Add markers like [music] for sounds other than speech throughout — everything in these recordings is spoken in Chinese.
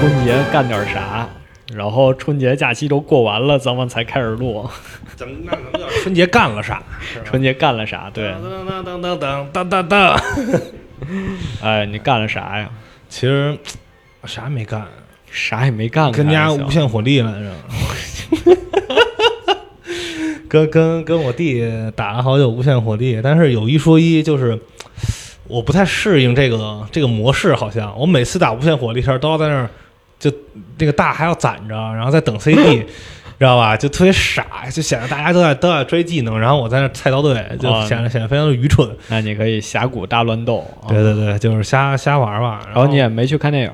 春节干点啥？然后春节假期都过完了，咱们才开始录。咱们那咱们叫春节干了啥？春节干了啥？对，噔噔噔噔噔噔噔噔。哎，你干了啥呀？其实啥也没 [laughs] 干，啥也没干，跟还家行无限火力来着。 [laughs] 跟跟跟我弟打了好久无限火力，但是有一说一，就是我不太适应这个这个模式，好像我每次打无限火力时候都要在那儿就那个大还要攒着，然后再等 [laughs] CD，知道吧？就特别傻，就显得大家都在都在追技能，然后我在那儿菜刀队，就哦显得显得非常的愚蠢。那你可以峡谷大乱斗。啊对，对对，就是瞎瞎玩儿吧。然后你也没去看电影。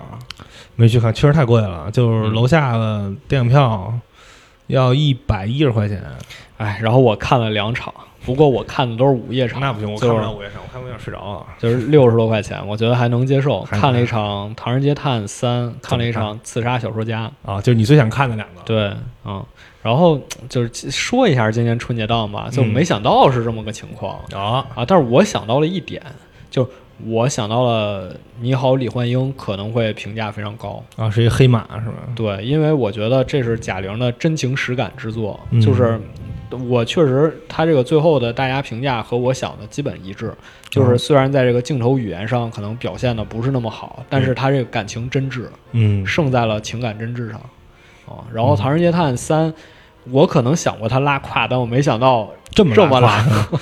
没去看，确实太贵了，就是楼下的电影票要一百一十块钱，哎，然后我看了两场，不过我看的都是午夜场，那不行，我就看是不了午夜场，我看不了睡着了。就是六十多块钱，我觉得还能接受。还看了一场《唐人街探案三》，看了一场《刺杀小说家》。啊，就是你最想看的两个，对，嗯，然后就是说一下今年春节档吧，就嗯没想到是这么个情况。啊，啊，但是我想到了一点，就是我想到了《你好，李焕英》可能会评价非常高，啊是一黑马是吧？对，因为我觉得这是贾玲的真情实感之作，嗯就是我确实她这个最后的大家评价和我想的基本一致，就是嗯虽然在这个镜头语言上可能表现的不是那么好，但是她这个感情真挚，嗯胜在了情感真挚上，啊，然后《唐人街探案三》。我可能想过他拉胯，但我没想到这么这么拉胯。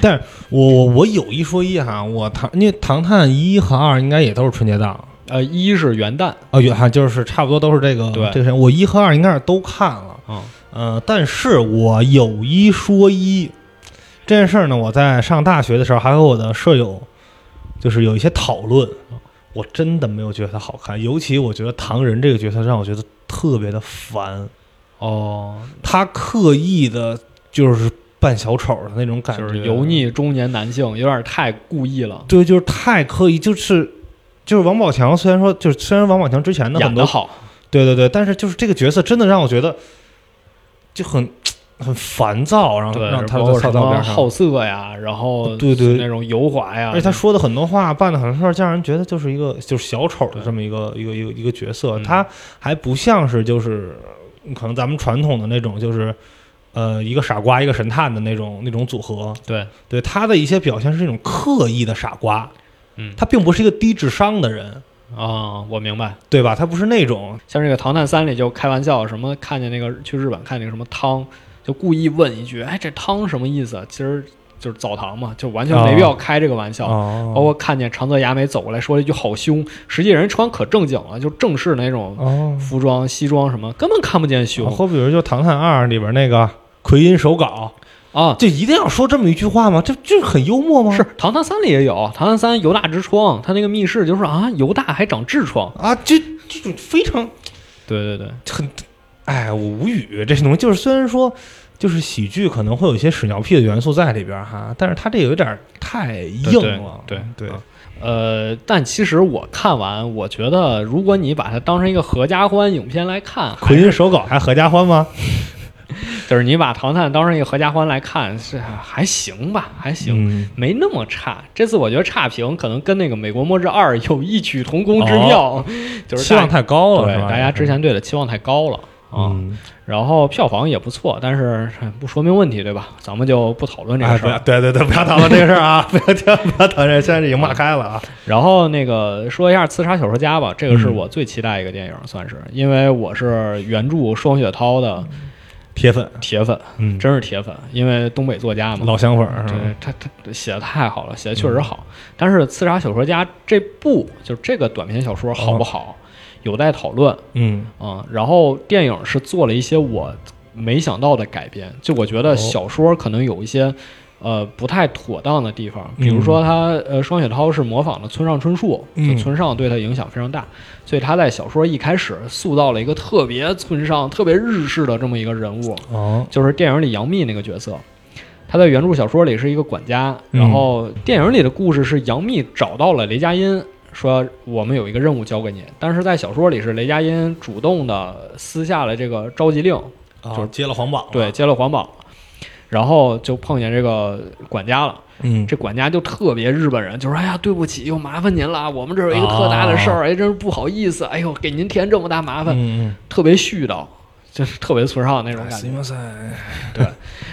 但是我我我有一说一哈，我唐因为《唐探》一和二应该也都是春节档呃，一是元旦，啊，也哈就是差不多都是这个对这个时间。我一和二应该是都看了，嗯，呃，但是我有一说一，这件事儿呢，我在上大学的时候还和我的舍友，就是有一些讨论。我真的没有觉得他好看，尤其我觉得唐人这个角色让我觉得特别的烦，哦，他刻意的就是扮小丑的那种感觉，就是油。腻中年男性，有点太故意了，对，就是太刻意，就是就是王宝强，虽然说就是虽然王宝强之前的很演多得好，对对对，但是就是这个角色真的让我觉得就很很烦躁，然后对，啊让他包括在什赛道么边上，好色呀，然后对对那种油滑呀，而且他说的很多话，办的很多事儿，让人觉得就是一个就是小丑的这么一个一个一个一个角色，嗯他还不像是就是可能咱们传统的那种就是。呃，一个傻瓜，一个神探的那种那种组合，对，对他的一些表现是那种刻意的傻瓜，嗯他并不是一个低智商的人，啊，我明白。对吧？他不是那种，像这个《唐探三》里就开玩笑，什么看见那个去日本看那个什么汤，就故意问一句，哎，这汤什么意思？其实就是澡堂嘛，就完全啊没必要开这个玩笑。哦包括看见长泽雅美走过来说了一句“好凶”，实际人穿可正经了，就正式那种哦，服装、西装什么，根本看不见啊胸或比如就《唐探二》里边那个奎因手稿，啊。就一定要说这么一句话吗？这这很幽默吗？是《唐探三》里也有，《唐探三》犹大之疮，他那个密室就是啊，犹大还长痔疮。啊，这这种非常对对对，很，哎，我无语。这东西就是虽然说就是喜剧可能会有一些屎尿屁的元素在里边哈，但是它这有点太硬了。对对啊呃，但其实我看完，我觉得如果你把它当成一个合家欢影片来看，还奎因手稿还合家欢吗？就是你把《唐探》当成一个合家欢来看，是还行吧，还行。嗯，没那么差，这次我觉得差评可能跟那个《美国末日二》有异曲同工之妙， [laughs] 就是期大哦望太高了，对是吧大家之前对的期望太高了啊。嗯，然后票房也不错，但是哎不说明问题，对吧？咱们就不讨论这哎，个事不儿。要，对对对，不要讨论这个事儿 [laughs] 啊，不要不要不要讨论，现在已经骂开了啊。然后那个说一下《刺杀小说家》吧，这个是嗯我最期待一个电影，算是，因为我是原著双雪涛的嗯铁粉，铁粉，嗯，真是铁粉，因为东北作家嘛，老嗯香粉儿是吧对他他写的太好了，写的确实好。但是《刺杀小说家》这部就是这个短篇小哦说好不好，有待讨论嗯，啊、嗯。然后电影是做了一些我没想到的改编，就我觉得哦小说可能有一些。呃，不太妥当的地方，比如嗯说他、呃，双雪涛是模仿了村上春树，就嗯村上对他影响非常大，所以他在小说一开始塑造了一个特别村上、特别日式的这么一个人物，哦，就是电影里杨幂那个角色。她在原著小说里是一个管家，嗯然后电影里的故事是杨幂找到了雷佳音，说我们有一个任务交给你。但是在小说里是雷佳音主动的撕下了这个召集令，啊就是接了皇榜，对，，接了环保。然后就碰见这个管家了。嗯，这管家就特别日本人，就说：“哎呀，对不起，又麻烦您了，我们这儿有一个特大的事儿，哎，真是不好意思，哎呦，给您添这么大麻烦，哦嗯特别絮叨，就是特别粗糙那嗯，种感觉。行吧塞，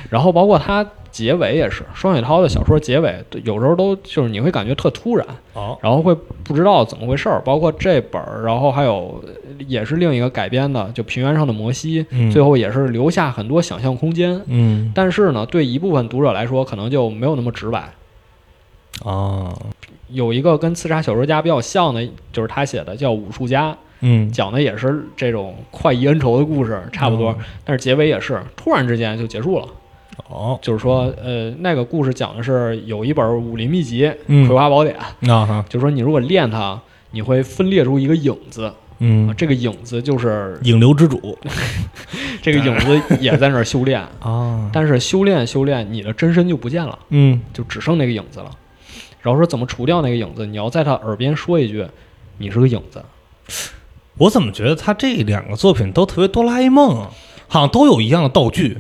然后包括他结尾也是，双雪涛的小说结尾有时候都就是你会感觉特突然，好，然后会不知道怎么回事儿。包括这本儿，然后还有也是另一个改编的，就《平原上的摩西》，嗯，最后也是留下很多想象空间。嗯但是呢，对一部分读者来说，可能就没有那么直白。啊，有一个跟刺杀小说家比较像的，就是他写的叫《武术家》，嗯，讲的也是这种快意恩仇的故事，差不多。嗯但是结尾也是突然之间就结束了，好，就是说，呃，那个故事讲的是有一本武林秘籍《嗯葵，花宝典》，那哈，就是说你如果练它，你会分裂出一个影子，啊嗯，这个影子 [laughs] 就是影流之主这个影子也在那儿修炼，啊，但是修炼修炼，你的真身就不见了。嗯就只剩那个影子了。然后说怎么除掉那个影子？你要在他耳边说一句：“你是个影子。我怎么觉得他这两个作品都特别哆啦 A 梦啊，好像都有一样的道 [laughs] 具。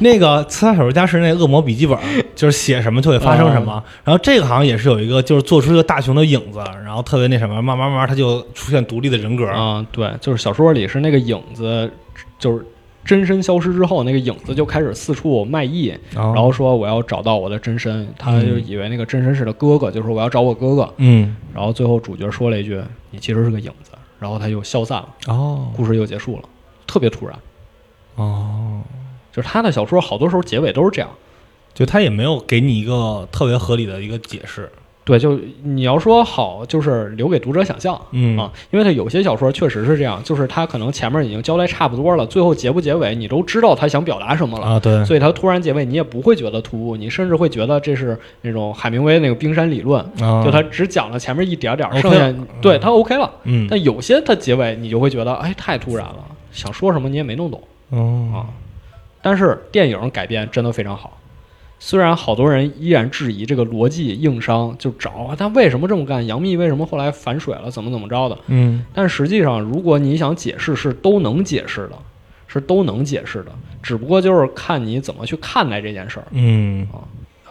那个刺杀小说家是那恶魔笔记本，就是写什么就会发生什么。然后这个好像也是有一个，就是做出一个大熊的影子，然后特别那什么，慢慢慢慢他就出现独立的人格。啊，对，就是小说里是那个影子，就是真身消失之后，那个影子就开始四处卖艺，然然后说我要找到我的真身。他就以为那个真身是他哥哥，就说我要找我哥哥。嗯，然后最后主角说了一句：“你其实是个影子。”然后他就消散了，哦故事又结束了，特别突然。哦，就是他的小说好多时候结尾都是这样。就他也没有给你一个特别合理的一个解释。对，就你要说好，就是留给读者想象。嗯啊，因为它有些小说确实是这样，就是它可能前面已经交代差不多了，最后结不结尾你都知道他想表达什么了，啊，对，所以它突然结尾你也不会觉得突兀，你甚至会觉得这是那种海明威那个冰山理论，就就他只讲了前面一点点儿，嗯 OK 剩了下对他 OK 了。嗯但有些它结尾你就会觉得，哎，太突然了，想说什么你也没弄懂哦啊。但是电影改编真的非常好。虽然好多人依然质疑这个逻辑硬伤，就找啊，他为什么这么干？杨幂为什么后来反水了？怎么怎么着的？嗯但实际上，如果你想解释，是都能解释的，是都能解释的，只不过就是看你怎么去看待这件事儿。嗯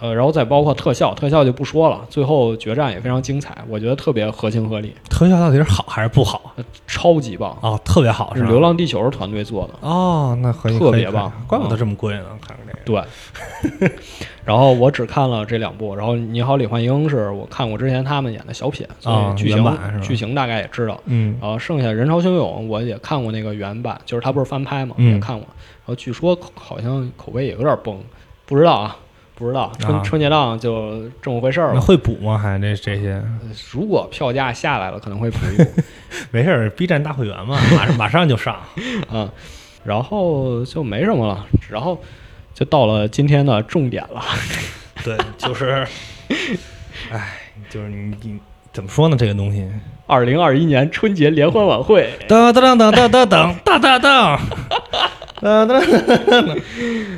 呃，然后再包括特效，特效就不说了，最后决战也非常精彩，我觉得特别合情合理，特效到底是好还是不好？呃超级棒，哦，特别好是是吧《流浪地球》团队做的。哦，那可以，特可以别棒看看怪不得这么贵呢。看看这个， [laughs] 对，然后我只看了这两部，然后《你好，李焕英》是我看过之前他们演的小品，所啊以剧原版是情吧剧情大概也知道。嗯然后剩下《人潮汹涌》，我也看过那个原版，就是它不是翻拍嘛，嗯也看过。然后据说口好像口碑也有点崩，不知道啊，不知道。春、啊春节档就这么回事儿那吧。会补吗？还这这些如果票价下来了，可能会补一补。没事儿，B 站大会员 [laughs] 嘛，马上马上就上。嗯，然后就没什么了，然后就到了今天的重点了。对，就是，哎，就是你你怎么说呢？这个东西，二零二一年春节联欢晚会， [laughs] 噔噔噔噔噔 [laughs] 噔噔噔噔。噔噔噔噔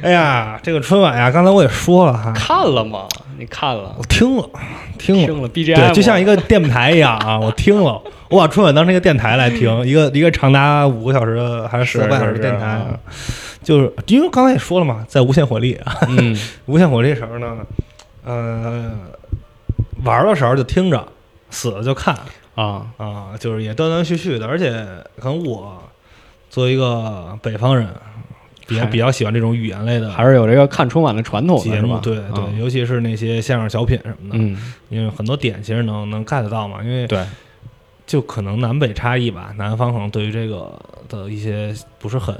哎呀，这个春晚呀，刚才我也说了哈，看了吗？你看了我？听了，听了，听了对， BGM，就像一个个电台一样啊，我听了，我把春晚当成一个电台来听， [laughs] 一个一个长达五个小时的还是四个半小时的电台啊，就是因为刚才也说了嘛，在无限火力啊，嗯无限火力时候呢，呃，玩的时候就听着，死了就看啊啊，就是也断断续续的，而且可能我作为一个北方人，比较还比较喜欢这种语言类的还是有这个看春晚的传统的节是目吧，？对对，嗯尤其是那些相声小品什么的，嗯，因为很多点其实能能 get 到嘛，因为。对，就可能南北差异吧，南方可能对于这个的一些不是很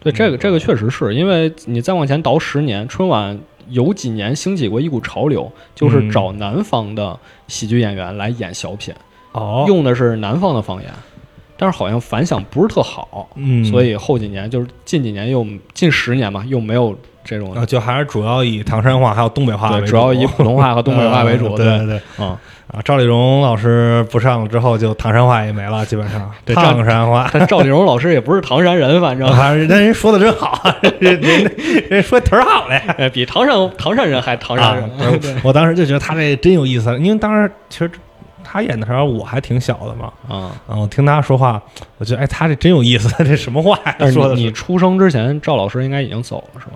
对，这个嗯这个确实是因为你再往前倒十年，春晚有几年兴起过一股潮流，就是嗯找南方的喜剧演员来演小品，哦用的是南方的方言，但是好像反响不是特好，嗯，所以后几年就是近几年又近十年嘛，又没有这种啊，就还是主要以唐山话还有东北话为对，主，主要 [laughs] 以普通话和东北话为主，嗯对对对嗯，啊，赵丽蓉老师不上了之后，就唐山话也没了，基本上对唐山话。但赵丽蓉老师也不是唐山人，反正还是人人说的真好 [laughs] 啊，人人人说忒儿好嘞。哎比唐山唐山人还唐山啊人。，我当时就觉得他这真有意思，因为当时其实他演的时候我还挺小的嘛，啊，啊，我听他说话，我觉得 [laughs] 哎，他这真有意思，这什么话呀但是说的你你出生之前，赵老师应该已经走了，是吧？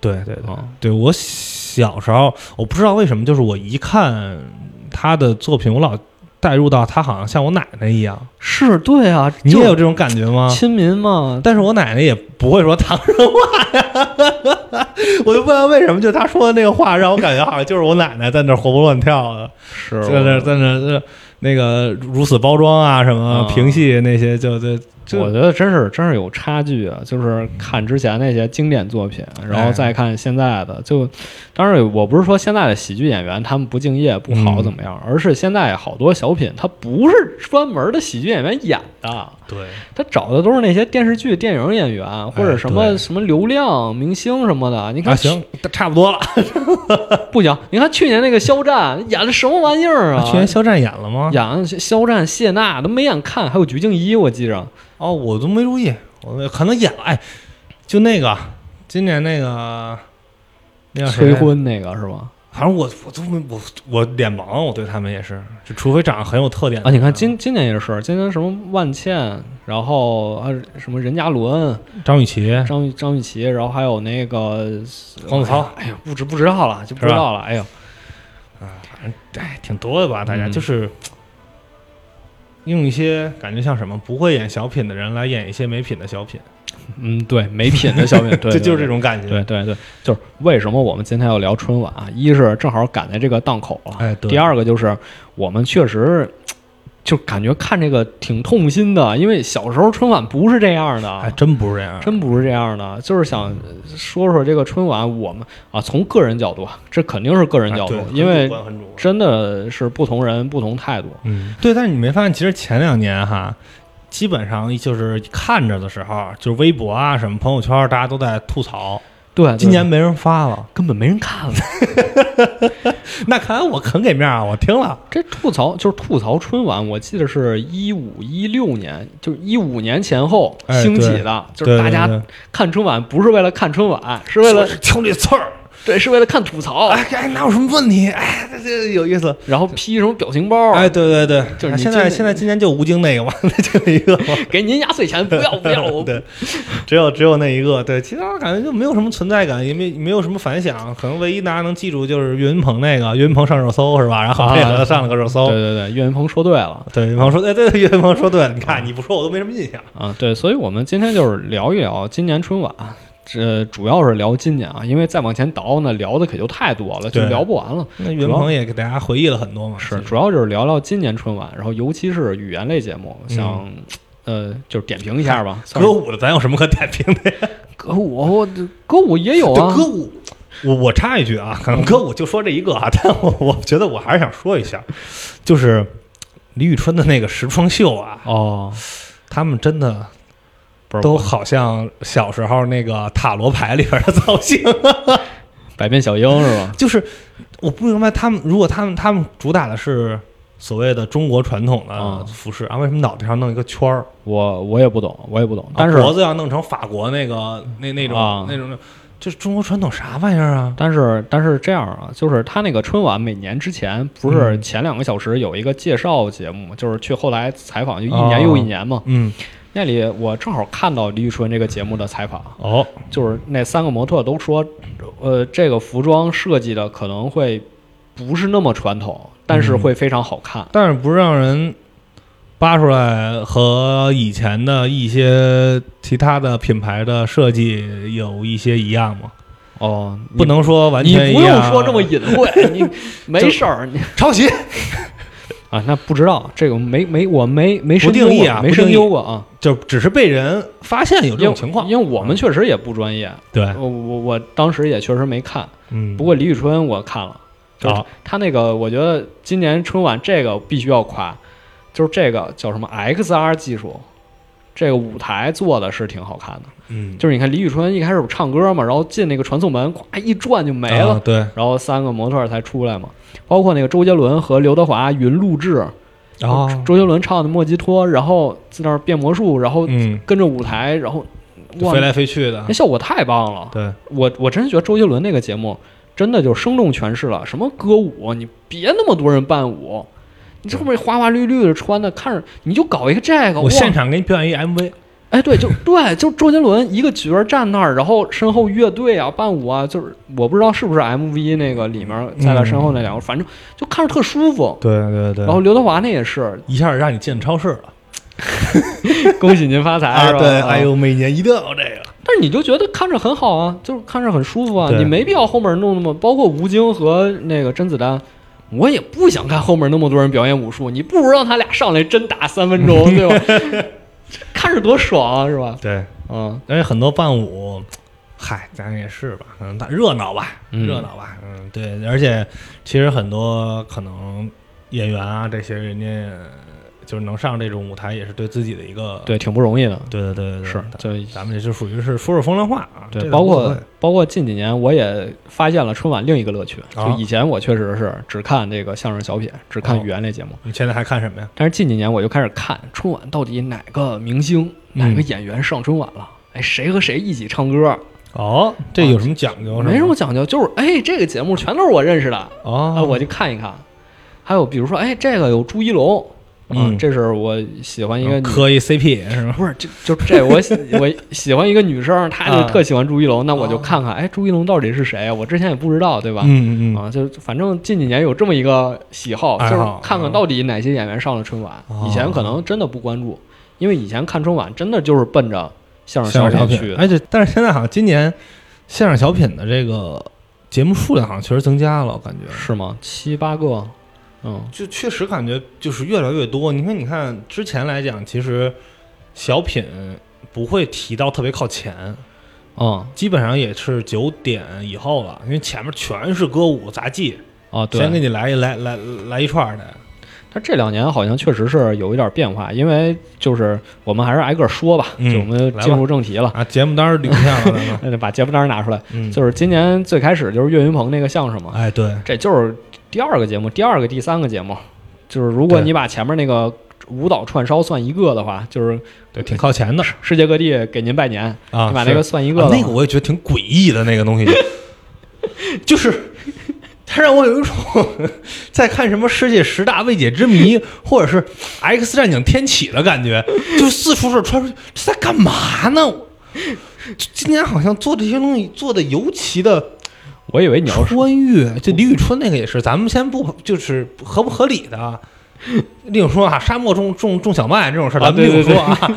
对对对啊，对，我小时候我不知道为什么，就是我一看他的作品，我老带入到他好像像我奶奶一样。是对啊，你就也有这种感觉吗？亲民嘛，但是我奶奶也不会说唐山话呀， [laughs] 我就不知道为什么，就她说的那个话让我感觉好像就是我奶奶在那儿活蹦乱跳的，是在那儿在那儿在那儿那个如此包装啊，什啊么评戏那些，就就我就觉得真是真是有差距啊！就是看之前那些经典作品，然后哎再看现在的，就当然我不是说现在的喜剧演员他们不敬业不好嗯怎么样，而是现在好多小品它不是专门的喜剧演员演的，对他找的都是那些电视剧、电影演员或者什么、哎对什么流量明星什么的。你看啊，去，行，啊差不多了。不行？你看去年那个肖战演的什么玩意儿啊？去年肖战演了吗？演肖战、谢娜都没眼看，还有鞠婧祎，我记着。哦，我都没注意，我可能演了。哎，就那个今年那个那叫谁催来着？婚那个是吧？反正我我都没我我脸盲，我对他们也是，就除非长得很有特点的啊，你看人今今年也是，今年什么万茜，然后啊什么任嘉伦、张雨绮、张雨张雨绮，然后还有那个黄子�涛，哎呀，不知不知道了，就不知是吧道了。哎呦，哎，挺多的吧？大家、嗯就是用一些感觉像什么不会演小品的人来演一些没品的小品，嗯，对，没品的小品， [laughs] 对，这对就是这。种感觉。对对对，就是为什么我们今天要聊春晚啊？一是正好赶在这个档口了，哎对第二个就是我们确实就感觉看这个挺痛心的，因为小时候春晚不是这样的，还啊真不是这样。真不是这样的，就是想说说这个春晚，我们啊，从个人角度，啊，这肯定是个人哎角度对，因很为主观很主观真的是不同人不同态度。嗯，对，但是你没发现，其实前两年哈，基本上就是看着的时候，就是微博啊什么朋友圈，大家都在吐槽。对，对今年没人发了，根本没人看了。那看来我很给面啊，我听了。这吐槽就是吐槽春晚，我记得是一五一六年，就是一五年前后哎兴起对的，就是大对对家对看春晚不是为了看春晚，是为了就是听这刺儿，对，是为了看吐槽，哎哎，哪有什么问题？哎，这这有意思。然后 P 什么表情包，哎，对对对，就是你现真在的现在今年就吴京那个嘛， [laughs] 那就一个嘛。给您压岁钱，不要不要，我 [laughs] 对，只有只有那一个，对，其他感觉就没有什么存在感，也没没有什么反响，可能唯一大家能记住就是岳云鹏那个，岳云鹏上热搜是吧？然后配合他上了个热搜，对对对，岳云鹏说对了。对，岳云鹏说，哎，对，对岳云鹏说对了，你看你不说我都没什么印象。啊，对，所以我们今天就是聊一聊今年春晚，这主要是聊今年啊，因为再往前倒呢，聊的可就太多了，就对聊不完了。那岳云鹏也给大家回忆了很多嘛，是，其实主要就是聊聊今年春晚，然后尤其是语言类节目，想、嗯呃，就是点评一下吧。算是歌舞的，咱有什么可点评的呀？歌舞，啊我歌舞也有对啊歌，舞，我我插一句啊，可能歌舞就说这一个啊， [laughs] 但我我觉得我还是想说一下，就是李宇春的那个时装秀啊，哦，他们真的不是都我好像小时候那个塔罗牌里边的造型，百变小樱是吧？ [laughs] 就是我不明白他们，如果他们他们主打的是所谓的中国传统的嗯服饰啊，为什么脑袋上弄一个圈儿？我我也不懂，我也不懂，但是、啊脖子要弄成法国那个那那种、啊那种，就是中国传统啥玩意儿啊？但是但是这样啊，就是他那个春晚每年之前不是嗯前两个小时有一个介绍节目，就是去后台采访，就哦一年又一年嘛。嗯，那里我正好看到李宇春这个节目的采访，哦，就是那三个模特都说，呃，这个服装设计的可能会不是那么传统，但嗯是会非常好看。但是不是让人扒出来和以前的一些其他的品牌的设计有一些一样吗？哦，你不，能说完你全一样，啊不用说 [laughs] 这么隐晦，你没事儿，你抄袭。啊，那不知道这个没没我没没深不究定义过啊没不定深义究过啊，就只是被人发现有这因种为情况。嗯哎因为我们确实也不专业，对，我我我当时也确实没看，嗯不过李宇春我看了，就是啊他那个，我觉得今年春晚这个必须要夸，就是这个叫什么 XR 技术，这个舞台做的是挺好看的。嗯就是你看李宇春一开始不唱歌嘛，然后进那个传送门，咵一转就没了，啊对，然后三个模特儿才出来嘛。包括那个周杰伦和刘德华云录制，啊然后周杰伦唱的《莫吉托》，然后在那儿变魔术，然后嗯，跟着舞台，然后就哇飞，来飞去的那，效果太棒了。对，我我真觉得周杰伦那个节目真的就生动诠释了什么歌舞，你别那么多人伴舞，你这后面花花绿绿的穿的，看着你就搞一个这个，我哇现场给你表演一 MV，哎，对，就对，就周杰伦一个角儿站那儿，然后身后乐队啊、伴舞啊，就是我不知道是不是 MV 那个里面在他身后那两个，反正就看着特舒服。对对对，然后刘德华那也是，一下让你进超市了恭喜您发财，是吧？对，啊哎，呦，每年一定要这个，但是你就觉得看着很好啊，就是看着很舒服啊，对你没必要后面弄那么，包括吴京和那个甄子丹，我也不想看后面那么多人表演武术，你不如让他俩上来真打三分 [laughs] 钟，对吧？这看着多爽啊，是吧？对，嗯，而且很多伴舞，嗨，咱也是吧，嗯，大热闹吧，嗯热闹吧，嗯，对，而且其实很多可能演员啊这些人家就是能上这种舞台，也是对自己的一个，对，挺不容易的，对对对对，是咱就。咱们这就属于是说说风凉话啊，这对，个包无所括谓包括近几年，我也发现了春晚另一个乐趣。就啊以前我确实是只看这个相声小品，只看语言类节目，你现在还看什么呀？但是近几年我就开始看春晚到底哪个明星、哪个嗯演员上春晚了，哎，谁和谁一起唱歌，哦，这有什么讲究？没什么讲究，就是哎，这个节目全都是我认识的，哦，啊，我就看一看。还有比如说，哎，这个有朱一龙，啊嗯哦这是我喜欢一个女，磕一 CP 是吗？不是，这就这我喜我喜欢一个女生，她就啊特喜欢朱一龙，那我就哦看看，哎，朱一龙到底是谁啊？我之前也不知道，对吧？嗯嗯啊，就反正近几年有这么一个喜好，就爱是好看看嗯哦到底哪些演员上了春晚。以前可能真的不关注，因为以前看春晚真的就是奔着相嗯，声相小声小品去品，的。哎对，但是现在好像今年相声小品的这个节目数量好像确实增加了，我感觉是吗？七八个，嗯，就确实感觉就是越来越多。因为你看之前来讲，其实小品不会提到特别靠前，嗯，基本上也是九点以后了，因为前面全是歌舞杂技，啊，先给对，你来一来来来一串儿的。他这两年好像确实是有一点变化，因为就是我们还是挨个说吧，嗯就我们来进吧入正题了，啊，节目单儿捋一下吧， [laughs] 咱们。那就把节目单拿出来。嗯，就是今年最开始就是岳云鹏那个相声嘛，哎，对，这就是第二个节目，第二个、第三个节目，就是如果对你把前面那个舞蹈串烧算一个的话，就是对，挺靠前的世界各地给您拜年，啊。你把那是个算一个啊的话、那个我也觉得挺诡异的那 [laughs] 个东西，就是它让我有一种在看什么世界十大未解之谜， [laughs] 或者是 X 战警天启的感觉，就四处是穿出去，这在干嘛呢？我这今年好像做这些东西做的尤其的我以为你要说穿越，这李宇春那个也是，咱们先不就是合不合理 [laughs] 的啊。另说啊，沙漠种种种小麦这种事儿，啊咱们另对对说啊。 [laughs]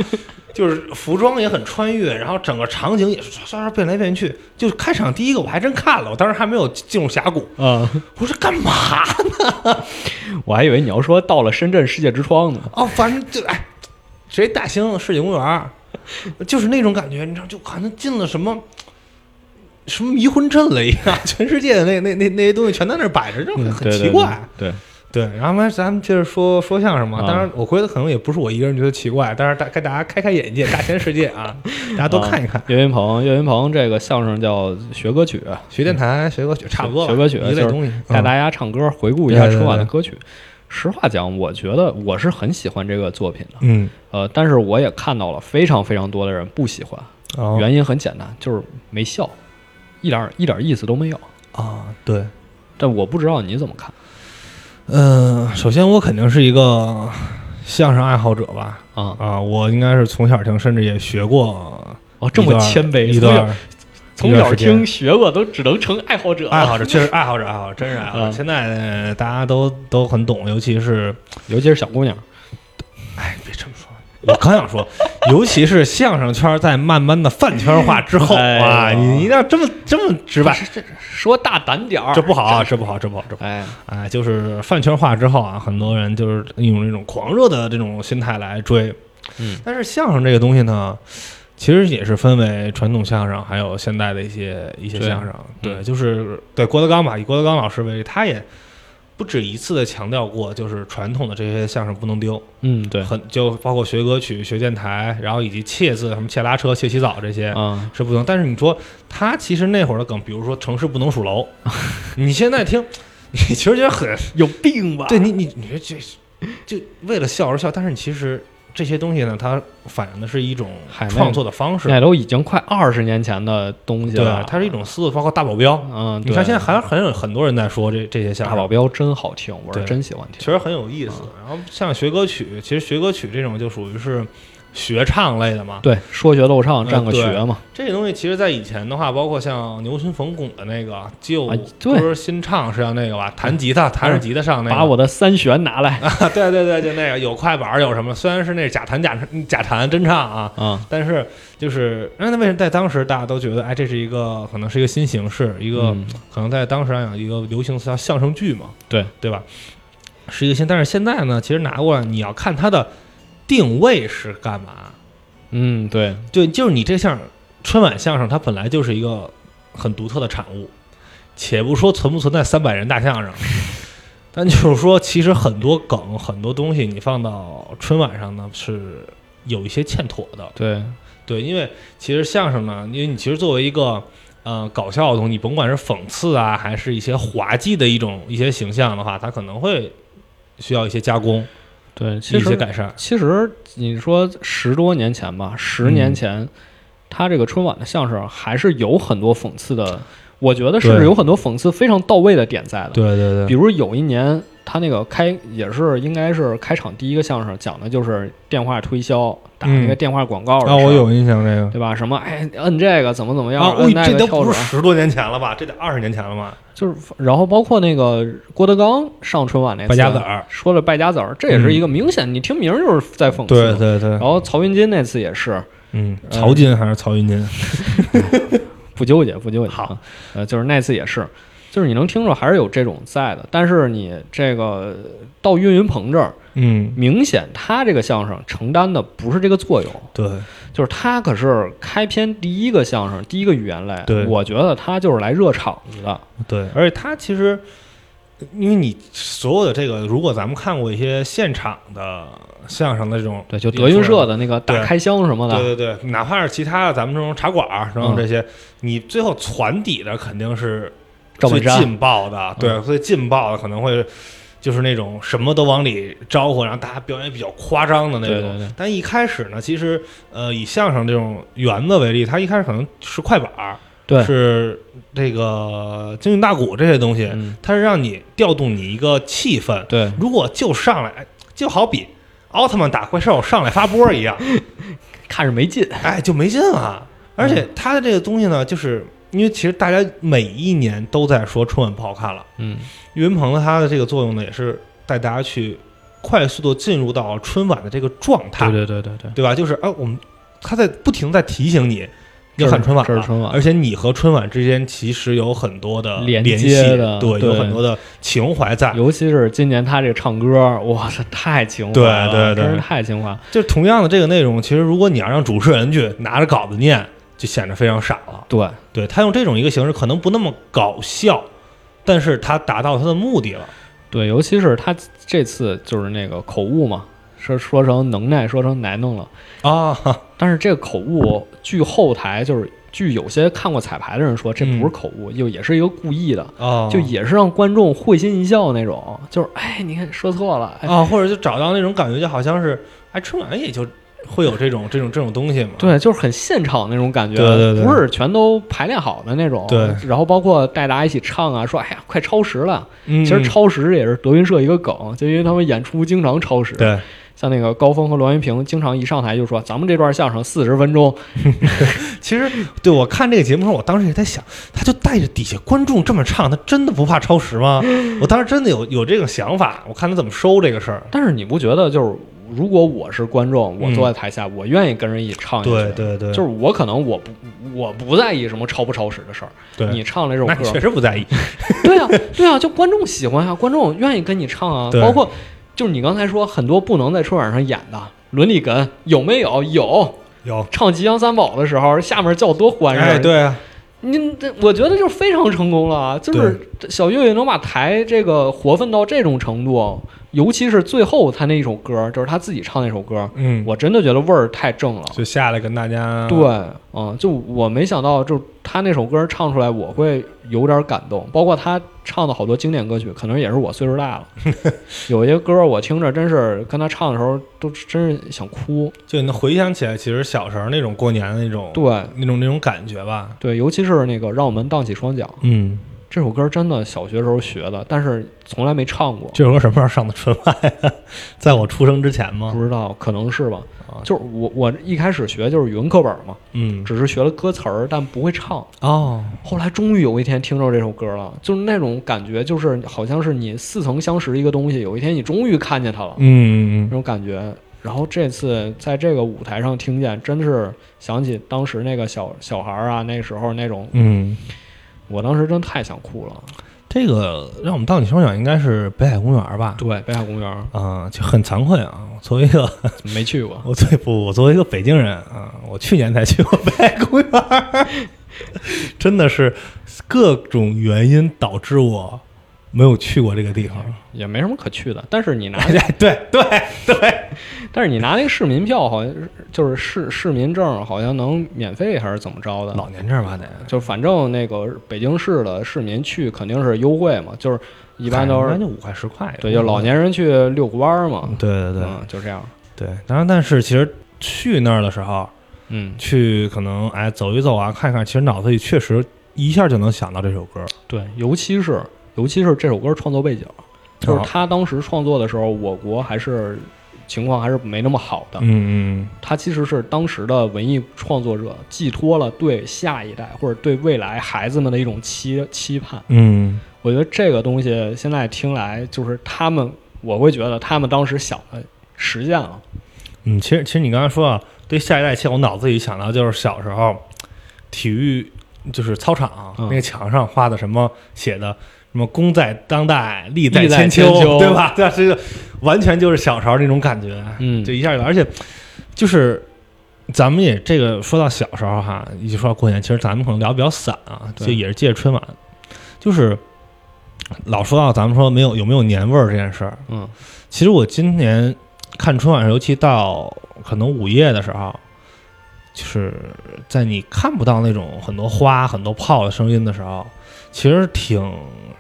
就是服装也很穿越，然后整个场景也是唰唰唰变来变去。就是开场第一个我还真看了，我当时还没有进入峡谷，嗯，我说干嘛？我还以为你要说到了深圳世界之窗呢。哦，反正就哎，谁大兴世纪公园儿，就是那种感觉，你知道，就好像进了什么。什么迷魂阵了一样，全世界的那那那那些东西全在那儿摆着，就很很奇怪。嗯对，对，然后咱们接着说说相声嘛。啊当然，我觉得可能也不是我一个人觉得奇怪，但是大给大家开开 [laughs] 眼界，大千世界啊，大家都看一看。岳云鹏，岳云鹏这个相声叫学歌曲，啊学电台、学歌曲差不多吧，学歌曲一类就是东西。带大嗯家唱歌，回顾一下对对对春晚的歌曲。实话讲，我觉得我是很喜欢这个作品的，嗯，呃，但是我也看到了非常非常多的人不喜欢，哦原因很简单，就是没笑，一点儿一点儿意思都没有。啊，对，但我不知道你怎么看，嗯、首先我肯定是一个相声爱好者吧，啊、啊，我应该是从小听，甚至也学过哦，这一么段谦卑，一从小段从一段小时间听学过，都只能成爱好者了。啊爱好者，确实爱好者，爱好者，真是爱好者。嗯现在大家都都很懂， [laughs] 尤其是尤其是小姑娘，哎，别这么说。我刚想说，尤其是相声圈在慢慢的饭圈化之后哎呦啊，你一定要这么这么直白，说大胆点儿，这不好啊，这不好，这不好，这不好。哎，哎，就是饭圈化之后啊，很多人就是用那种狂热的这种心态来追。嗯，但是相声这个东西呢，其实也是分为传统相声，还有现代的一些一些对相声。对，嗯就是对郭德纲吧，以郭德纲老师为例，他也不止一次的强调过，就是传统的这些相声不能丢，嗯，对，很就包括学歌曲、学电台，然后以及切字什么切拉车、切洗澡这些。啊，是不能。但是你说他其实那会儿的梗，比如说城市不能数 [laughs] 楼，你现在听，你其实觉得很有病吧对你你你说这是就为了笑而笑，但是你其实这些东西呢，它反映的是一种嗨那创作的方式，那都已经快二十年前的东西了对，，它是一种思路，包括大保镖。啊嗯，你对看现在还很有很多人在说这这些相大声，保嗯镖真好听，我是对真喜欢其听。实很有意思。然后像学歌曲，其实学歌曲这种就属于是学唱类的嘛。对，说学逗唱嗯占个对学嘛，这个东西其实，在以前的话，包括像牛群冯巩的那个旧啊对歌新唱是要那个吧，弹吉他弹着吉他上那个，把我的三弦拿来 [laughs] 啊，对对对，就那个有快板儿有什么，虽然是那假弹假嗯假弹真唱啊，啊，但是就是那为什么在当时大家都觉得哎，这是一个可能是一个新形式，一个、嗯可能在当时来讲一个流行词叫相声剧嘛，对对吧？是一个新，但是现在呢，其实拿过来你要看它的定位是干嘛，嗯，对，对，就是你这项春晚相声，它本来就是一个很独特的产物，且不说存不存在三百人大相声，但就是说，其实很多梗、很多东西，你放到春晚上呢是有一些欠妥的。对，对，因为其实相声呢，因为你其实作为一个呃搞笑的东西，你甭管是讽刺啊，还是一些滑稽的一种一些形象的话，它可能会需要一些加工、对，一其些实改善。其实你说十多年前吧，十年前，他这个春晚的相声还是有很多讽刺的，我觉得甚至对有很多讽刺非常到位的点在的。对对比，如有一年他那个开也是应该是开场第一个相声，讲的就是电话推销，打那个嗯电话广告的事啊，儿、我有印象这个。对吧？什么哎，摁这个怎么怎么样，啊，摁喂，那这个都跳不转是，十多年前了吧？这得二十年前了吧？就是然后包括那个郭德纲上春晚那次败家子儿，嗯说了败家子儿，这也是一个明显，你听名儿就是在讽刺。哦对对然，后曹云金那次也是，嗯，呃曹金还是曹云金？不纠结，不纠结。好啊，呃，就是那次也是，就是你能听着还是有这种在的，但是你这个到岳云鹏这儿，嗯，明显他这个相声承担的不是这个作用，对就是他可是开篇第一个相声，第一个语言类，对我觉得他就是来热场子的，对，而且他其实，因为你所有的这个，如果咱们看过一些现场的相声的这种，对，就德云社的那个对大开箱什么的，对对对，哪怕是其他的咱们这种茶馆儿，然嗯后这些，你最后传底的肯定是赵最本山嗯劲爆的，对，最劲爆的可能会就是那种什么都往里招呼，然后大家表演比较夸张的那对种。对对但一开始呢，其实呃，以相声这种园子为例，它一开始可能是快板儿，对是这个京韵大鼓这些东西，嗯，它是让你调动你一个气氛， [laughs] 对，如果就上来，哎就好比奥特曼打怪兽上来发波一 [laughs] 样，看着没劲，哎，就没劲了。而且它的这个东西呢，就是因为其实大家每一年都在说春晚不好看了，嗯，岳云鹏的他的这个作用呢，也是带大家去快速的进入到春晚的这个状态，对对对对对，对吧？就是哎，我们他在不停地在提醒你要这看是春晚这 [laughs] 是了春晚而且你和春晚之间其实有很多的连联系接的对，有对很多的情怀在。尤其是今年他这唱歌，哇，这太情怀了，对对对真是太情怀了。就同样的这个内容，其实如果你要让主持人去拿着稿子念，就显得非常傻了。对，对他用这种一个形式，可能不那么搞笑，但是他达到他的目的了。对，尤其是他这次就是那个口误嘛，说说成能耐，说成难弄了。啊，但是这个口误，据后台就是据有些看过彩排的人说，这不是口误，又也是一个故意的，嗯哦就也是让观众会心一笑那种。就是哎，你看说错了，哎，啊，或者就找到那种感觉，就好像是哎，春晚也就会有这种这种这种东西嘛。对，就是很现场那种感觉，对对对不是全都排练好的那种。对然后包括带大家一起唱啊，说哎呀，快超时了。嗯，其实超时也是德云社一个梗，就因为他们演出经常超时。对，像那个高峰和栾云平，经常一上台就说：“咱们这段相声四十分钟。其实对我看这个节目时候，我当时也在想，他就带着底下观众这么唱，他真的不怕超时吗？我当时真的有有这个想法，我看他怎么收这个事儿”。但是你不觉得就是，如果我是观众，我坐在台下，我愿意跟人一起唱下去。嗯对对对，啊就是我可能我不我不在意什么超不超时的事儿，对你唱了这首那你确歌，实不在意。对啊对啊，就观众喜欢啊，观众愿意跟你唱啊，对包括就是你刚才说很多不能在春晚上演的伦理梗有没有？ [laughs] 有，有，唱《吉祥三宝》的时候，下面叫多欢哎，声，对啊，你这我觉得就是非常成功了啊，就是小岳岳能把台这个活分到这种程度，尤其是最后他那一首歌，就是他自己唱那首歌，嗯，我真的觉得味儿太正了。就下来跟大家对，嗯，就我没想到，就是他那首歌唱出来，我会有点感动。包括他唱的好多经典歌曲，可能也是我岁数大了，有一些歌我听着真是跟他唱的时候都真是想哭。就你能回想起来，其实小时候那种过年的那种对那种那种感觉吧。对，尤其是那个《让我们荡起双桨》嗯，这首歌真的小学时候学的，但是从来没唱过，这首歌什么时候上的春晚呀？啊在我出生之前吗？不知道可能是吧啊。就是我我一开始学就是语文课本嘛，嗯，只是学了歌词儿，但不会唱。哦，后来终于有一天听着这首歌了，就是那种感觉，就是好像是你似曾相识一个东西，有一天你终于看见它了，嗯那，种感觉。然后这次在这个舞台上听见，真是想起当时那个小小孩儿啊，那时候那种，嗯，我当时真太想哭了。这个让我们到你双响应该是北海公园吧？对，北海公园啊、就很惭愧啊，我作为一个，没去过我最不，我作为一个北京人啊，我去年才去过北海公园 [laughs] 儿，真的是各种原因导致我没有去过这个地方。也没什么可去的。但是你 [laughs] 拿，哎，对对对，但是你拿那个市民票，好像是就是市市民证，好像能免费还是怎么着的？老年证吧得，就反正那个北京市的市民去肯定是优惠嘛，就是一般都一般是哎就五块十块，对，就老。年人去遛个弯儿嘛，对对对、嗯，就这样，对，当然但是其实去那儿的时候，嗯，去可能哎走一走啊，看一看，其实脑子里确实一下就能想到这首歌。对，尤其是尤其是这首歌创作背景，就是哦他当时创作的时候，我国还是情况还是没那么好的，嗯嗯他其实是当时的文艺创作者寄托了对下一代或者对未来孩子们的一种期期盼。嗯，我觉得这个东西现在听来，就是他们，我会觉得他们当时想的实践了。嗯，其实其实你刚才说啊，对下一代，其实我脑子里想到就是小时候体育就是操场、嗯那个墙上画的什么写的什么“功在当代，利在利在千秋”，千秋对吧？ [laughs] 对、啊，这个完全就是小时候那种感觉，嗯就一下就，而且就是。咱们也这个说到小时候哈，一说到过年，其实咱们可能聊比较散啊，对就也是借着春晚，就是老说到咱们说没有有没有年味儿这件事儿，嗯其实我今年看春晚时候，尤其到可能午夜的时候，就是在你看不到那种很多花、很多炮的声音的时候，其实挺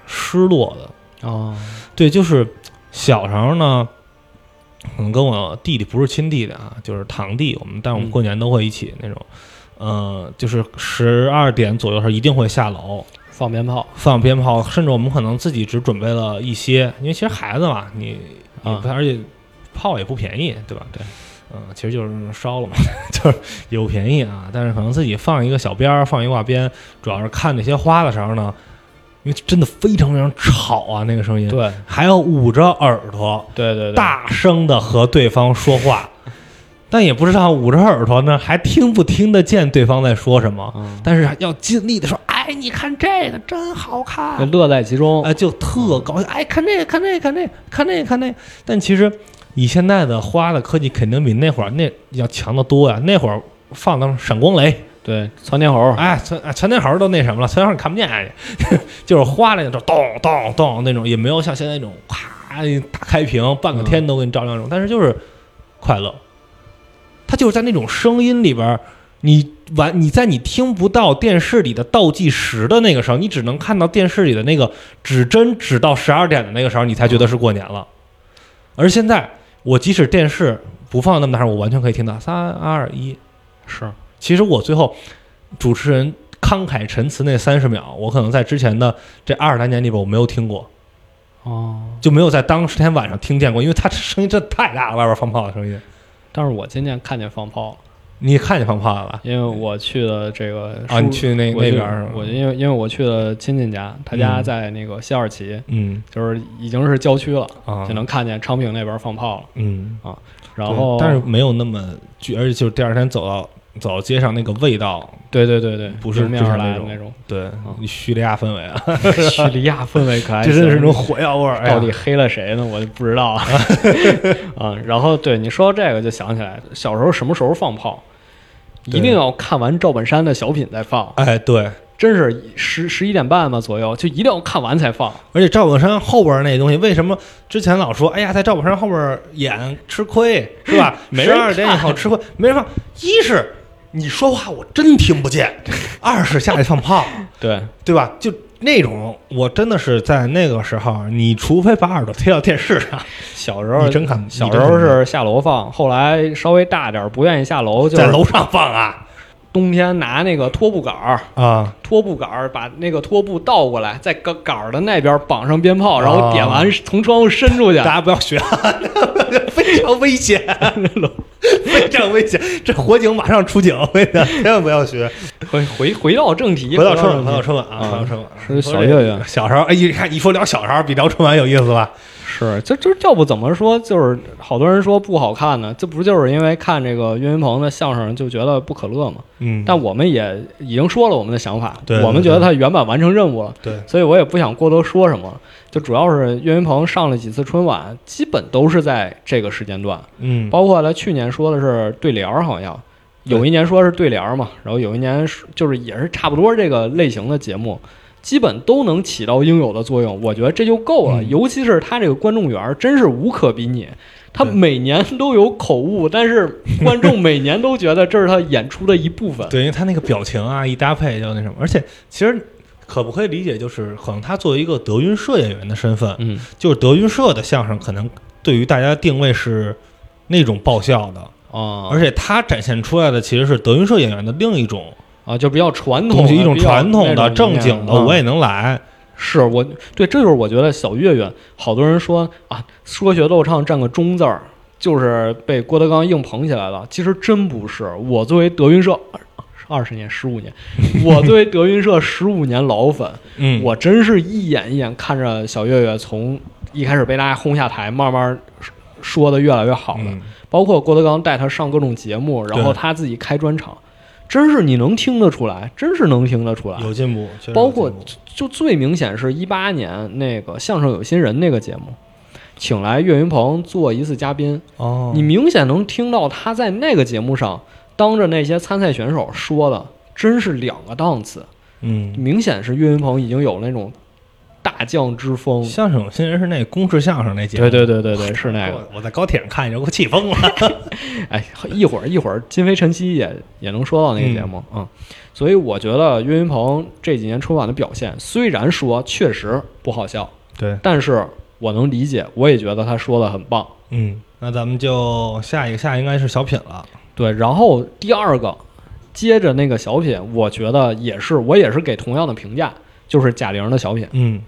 失落的。哦，对，就是小时候呢，可能跟我弟弟不是亲弟弟啊，就是堂弟，我们但我们嗯过年都会一起那种。呃，就是十二点左右的时候一定会下楼放鞭炮放鞭炮，甚至我们可能自己只准备了一些，因为其实孩子嘛，你啊啊，，而且炮也不便宜，对吧？对，嗯、其实就是烧了嘛， [laughs] 就是也不便宜啊。但是可能自己放一个小边儿，放一挂鞭，主要是看那些花的时候呢，因为真的非常非常吵啊，那个声音，对还要捂着耳朵，对对对，大声的和对方说话，但也不知道捂着耳朵呢，还听不听得见对方在说什么，嗯，但是要尽力的说，哎，你看这个真好看，就乐在其中。哎，就特高兴，哎，看这个，看这个，看这个，看这个，看这个。但其实以现在的花的科技，肯定比那会儿那要强得多呀。那会儿放的闪光雷，对，窜天猴，哎，全哎全天猴都那什么了，全天猴你看不见，哎、 [laughs] 就是花的那种咚咚咚那种，也没有像现在那种咔大开屏，半个天都给你照亮那种。但是就是快乐，它就是在那种声音里边儿。你完，你在你听不到电视里的倒计时的那个时候，你只能看到电视里的那个指针指到十二点的那个时候，你才觉得是过年了。而现在，我即使电视不放那么大声，我完全可以听到三二一。是其实我最后主持人慷慨陈词那三十秒，我可能在之前的这二十来年里边我没有听过，哦。就没有在当时天晚上听见过，因为他声音真的太大了，外边放炮的声音。但是我今天看见放炮了，你也看见放炮了吧？因为我去的这个叔啊，你去那我那去边儿是吗？我因为因为我去的亲戚家，他家嗯在那个西二旗，嗯就是已经是郊区了，啊就能看见昌平那边放炮了。嗯，然后，对但是没有那么剧，而且就是第二天走到走到街上那个味道，对对对对，不是迎面之前而来的那种 [laughs] 对，叙利亚氛围啊，叙利亚氛围可爱 [laughs] 这行，真的是那种火药味儿。哎呀到底黑了谁呢？我就不知道 [laughs] 啊。嗯，然后对你说到这个，就想起来小时候什么时候放炮，对一定要看完赵本山的小品再放，哎对，真是十十一点半吧左右，就一定要看完才放。而且赵本山后边那东西，为什么之前老说，哎呀，在赵本山后边演吃亏是吧？ [laughs] 没十人二点以后吃亏，没人放。一是你说话我真听不见，二是下去放炮，对，对吧？就那种，我真的是在那个时候，你除非把耳朵贴到电视上，小时候你真看小时候是下楼放，后来稍微大点儿不愿意下楼，就在是楼上放啊，冬天拿那个拖布杆儿，啊，拖布杆儿把那个拖布倒过来，在杆杆儿的那边绑上鞭炮，然后点完从窗户伸出去啊大。家不要学，啊 [laughs] 非常危险， [laughs] 非常危险。这火警马上出警，我跟你讲，千万不要学。回回回到正题，回到春晚，正回到题春晚啊，啊回到春晚。是小岳岳，小时候，哎，一看一说聊小时候，比聊春晚有意思吧？是这这要不怎么说就是好多人说不好看呢？这不就是因为看这个岳云鹏的相声就觉得不可乐吗？嗯，但我们也已经说了我们的想法，对对我们觉得他原版完成任务了，对，所以我也不想过多说什么了。就主要是岳云鹏上了几次春晚，基本都是在这个时间段，嗯，包括他去年说的是对联儿，好像对有一年说是对联儿嘛，然后有一年是就是也是差不多这个类型的节目，基本都能起到应有的作用，我觉得这就够了。嗯尤其是他这个观众缘儿，真是无可比拟。他对每年都有口误，但是观众每年都觉得这是他演出的一部 [laughs] 分。对，因为他那个表情啊，一搭配就那什么，而且其实可不可以理解，就是可能他作为一个德云社演员的身份，嗯，就是德云社的相声，可能对于大家的定位是那种爆笑的，啊而且他展现出来的其实是德云社演员的另一种啊，就比较传统东的，西，一种比较传统那的、种正经的，嗯我也能来。是我对，这就是我觉得小岳岳，好多人说啊，说学逗唱占个中字儿，就是被郭德纲硬捧起来了。其实真不是，我作为德云社二二十年、十五年，我作为德云社十五年老粉，嗯，我真是一眼一眼看着小岳岳从一开始被大家轰下台，慢慢说的越来越好的，嗯包括郭德纲带他上各种节目，然后对他自己开专场，真是你能听得出来，真是能听得出来。有进步，确实有包括进步就最明显是一八年那个相声有新人那个节目，请来岳云鹏做一次嘉宾，哦，你明显能听到他在那个节目上当着那些参赛选手说的，真是两个档次，嗯，明显是岳云鹏已经有那种大将之风。相声有新人是那公式相声那节目，嗯对对对对对，是那个。我我在高铁上看见，我气疯了。 [laughs] 哎，一会儿一会儿，金飞晨曦也也能说到那个节目啊、嗯所以我觉得岳云鹏这几年春晚的表现，虽然说确实不好笑，对，但是我能理解，我也觉得他说的很棒。嗯，那咱们就下一个，下一个应该是小品了。对，然后第二个，接着那个小品，我觉得也是，我也是给同样的评价，就是贾玲的小品。嗯，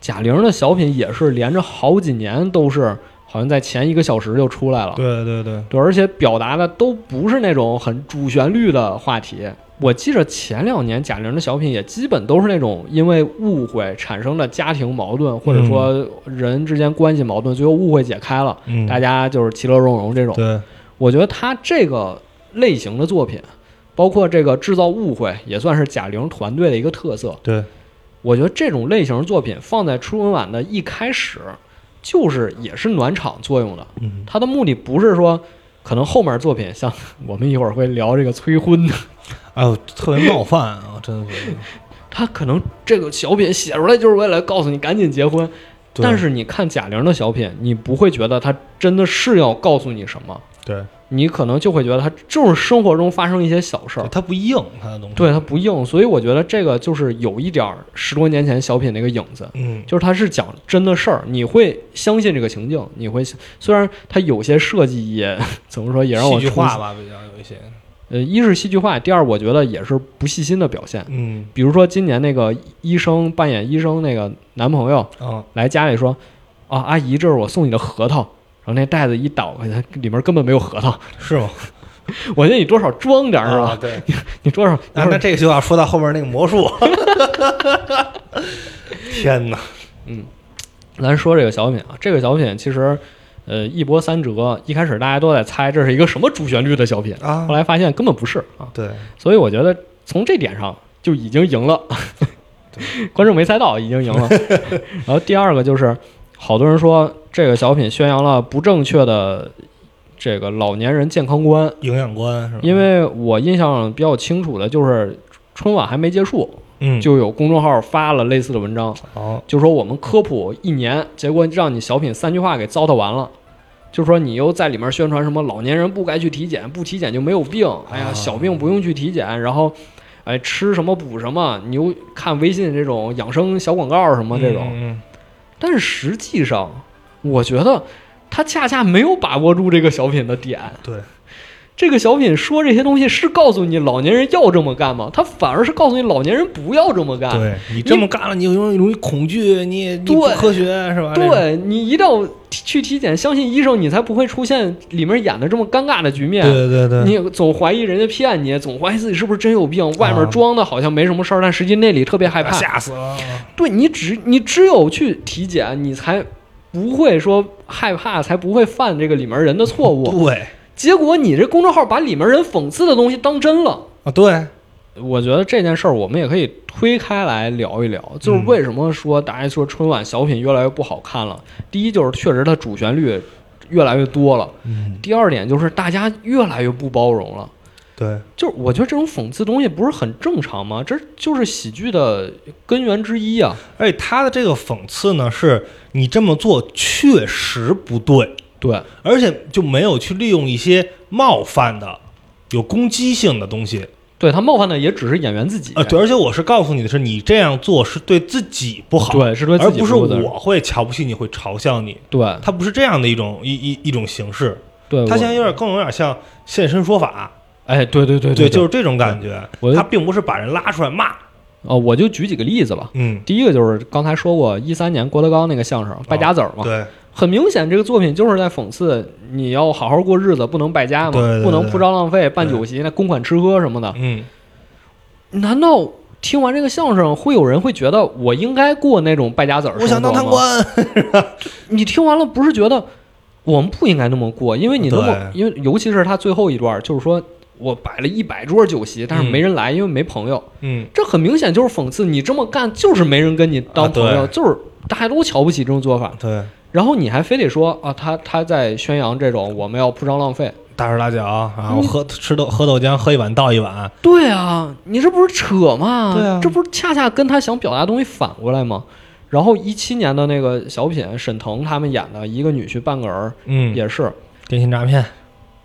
贾玲的小品也是连着好几年都是，好像在前一个小时就出来了。对对对，对，而且表达的都不是那种很主旋律的话题。我记着前两年贾玲的小品也基本都是那种因为误会产生的家庭矛盾，或者说人之间关系矛盾，最后误会解开了，嗯，大家就是其乐融融这种。对，我觉得他这个类型的作品，包括这个制造误会，也算是贾玲团队的一个特色。对，我觉得这种类型的作品放在春晚的一开始，就是也是暖场作用的。嗯，它的目的不是说，可能后面作品像我们一会儿会聊这个催婚的，哎呦，特别冒犯啊，真的觉得。他可能这个小品写出来就是为了告诉你赶紧结婚。对但是你看贾玲的小品，你不会觉得他真的是要告诉你什么，对，你可能就会觉得他就是生活中发生一些小事儿对，它不硬，它的东西。对它不硬，所以我觉得这个就是有一点儿十多年前小品那个影子，嗯，就是它是讲真的事儿，你会相信这个情境，你会虽然它有些设计也怎么说也让我戏剧冲化击，吧，比较有一些。呃，一是戏剧化，第二我觉得也是不细心的表现。嗯，比如说今年那个医生扮演医生那个男朋友啊，来家里说，啊阿姨，这是我送你的核桃，然后那袋子一倒开，里面根本没有核桃， [laughs] 是吗？我觉得你多少装点儿是啊，吧？ [laughs] 对。你多少那那这个就要说到后面那个魔术。 [laughs] 天哪！咱说这个小品啊，这个小品其实，呃，一波三折。一开始大家都在猜这是一个什么主旋律的小品，啊后，来发现根本不是啊。对，所以我觉得从这点上就已经赢了， [laughs] 观众没猜到已经 [laughs] 赢了。然后第二个就是，好多人说这个小品宣扬了不正确的这个老年人健康观，营养观是吧？因为我印象比较清楚的就是春晚还没结束，嗯，就有公众号发了类似的文章。哦，就说我们科普一年，结果让你小品三句话给糟蹋完了。就说你又在里面宣传什么老年人不该去体检，不体检就没有病，哎呀，啊小病不用去体检，然后，哎，吃什么补什么，你又看微信这种养生小广告什么这种，嗯，但是实际上，我觉得他恰恰没有把握住这个小品的点。对，这个小品说这些东西是告诉你老年人要这么干吗？他反而是告诉你老年人不要这么干。对你这么干了，你容易容易恐惧，你也你不对科学是吧？啊这种对你一定要体去体检，相信医生，你才不会出现里面演的这么尴尬的局面。对对对，你总怀疑人家骗你，总怀疑自己是不是真有病，外面啊哎装的好像没什么事儿，但实际内里特别害怕。吓死了。对你只你只有去体检，你才不会说害怕，才不会犯这个里面人的错误。对结果你这公众号把里面人讽刺的东西当真了。啊，对，我觉得这件事儿我们也可以推开来聊一聊，就是嗯为什么说大家说春晚小品越来越不好看了。第一就是确实它主旋律越来越多了，嗯，第二点就是大家越来越不包容了。对，就是我觉得这种讽刺东西不是很正常吗？这就是喜剧的根源之一啊。而且他的这个讽刺呢，是你这么做确实不对，对，而且就没有去利用一些冒犯的、有攻击性的东西。对他冒犯的也只是演员自己。啊，对，而且我是告诉你的是，你这样做是对自己不好，对是对而自己不是负责我会瞧不起你，会嘲笑你。对它不是这样的一种一一一种形式，对，它呃我现在有点更有点像现身说法，哎，对对对对，就是是这种感觉我。它并不是把人拉出来骂，呃，我就举几个例子吧。嗯，第一个就是刚才说过，一三年郭德纲那个相声《败家子儿》嘛，对，很明显这个作品就是在讽刺你要好好过日子，不能败家嘛，对对对不能铺张浪费、办酒席、那公款吃喝什么的。嗯，难道听完这个相声，会有人会觉得我应该过那种败家子儿？我想当贪。官， [laughs] 你听完了不是觉得我们不应该那么过？因为你那么，对因为尤其是他最后一段，就是说我摆了一百桌酒席，但是嗯没人来，因为没朋友。嗯，这很明显就是讽刺你这么干就是没人跟你当朋友，啊对就是大家都瞧不起这种做法。对，然后你还非得说啊，他他在宣扬这种我们要铺张浪费。大手大脚，然后嗯喝吃豆喝豆浆，喝一碗倒一碗，对啊，你这不是扯吗？对啊这不是恰恰跟他想表达的东西反过来吗？然后一七年的那个小品，沈腾他们演的一个女婿半个儿嗯，也是。电信诈骗，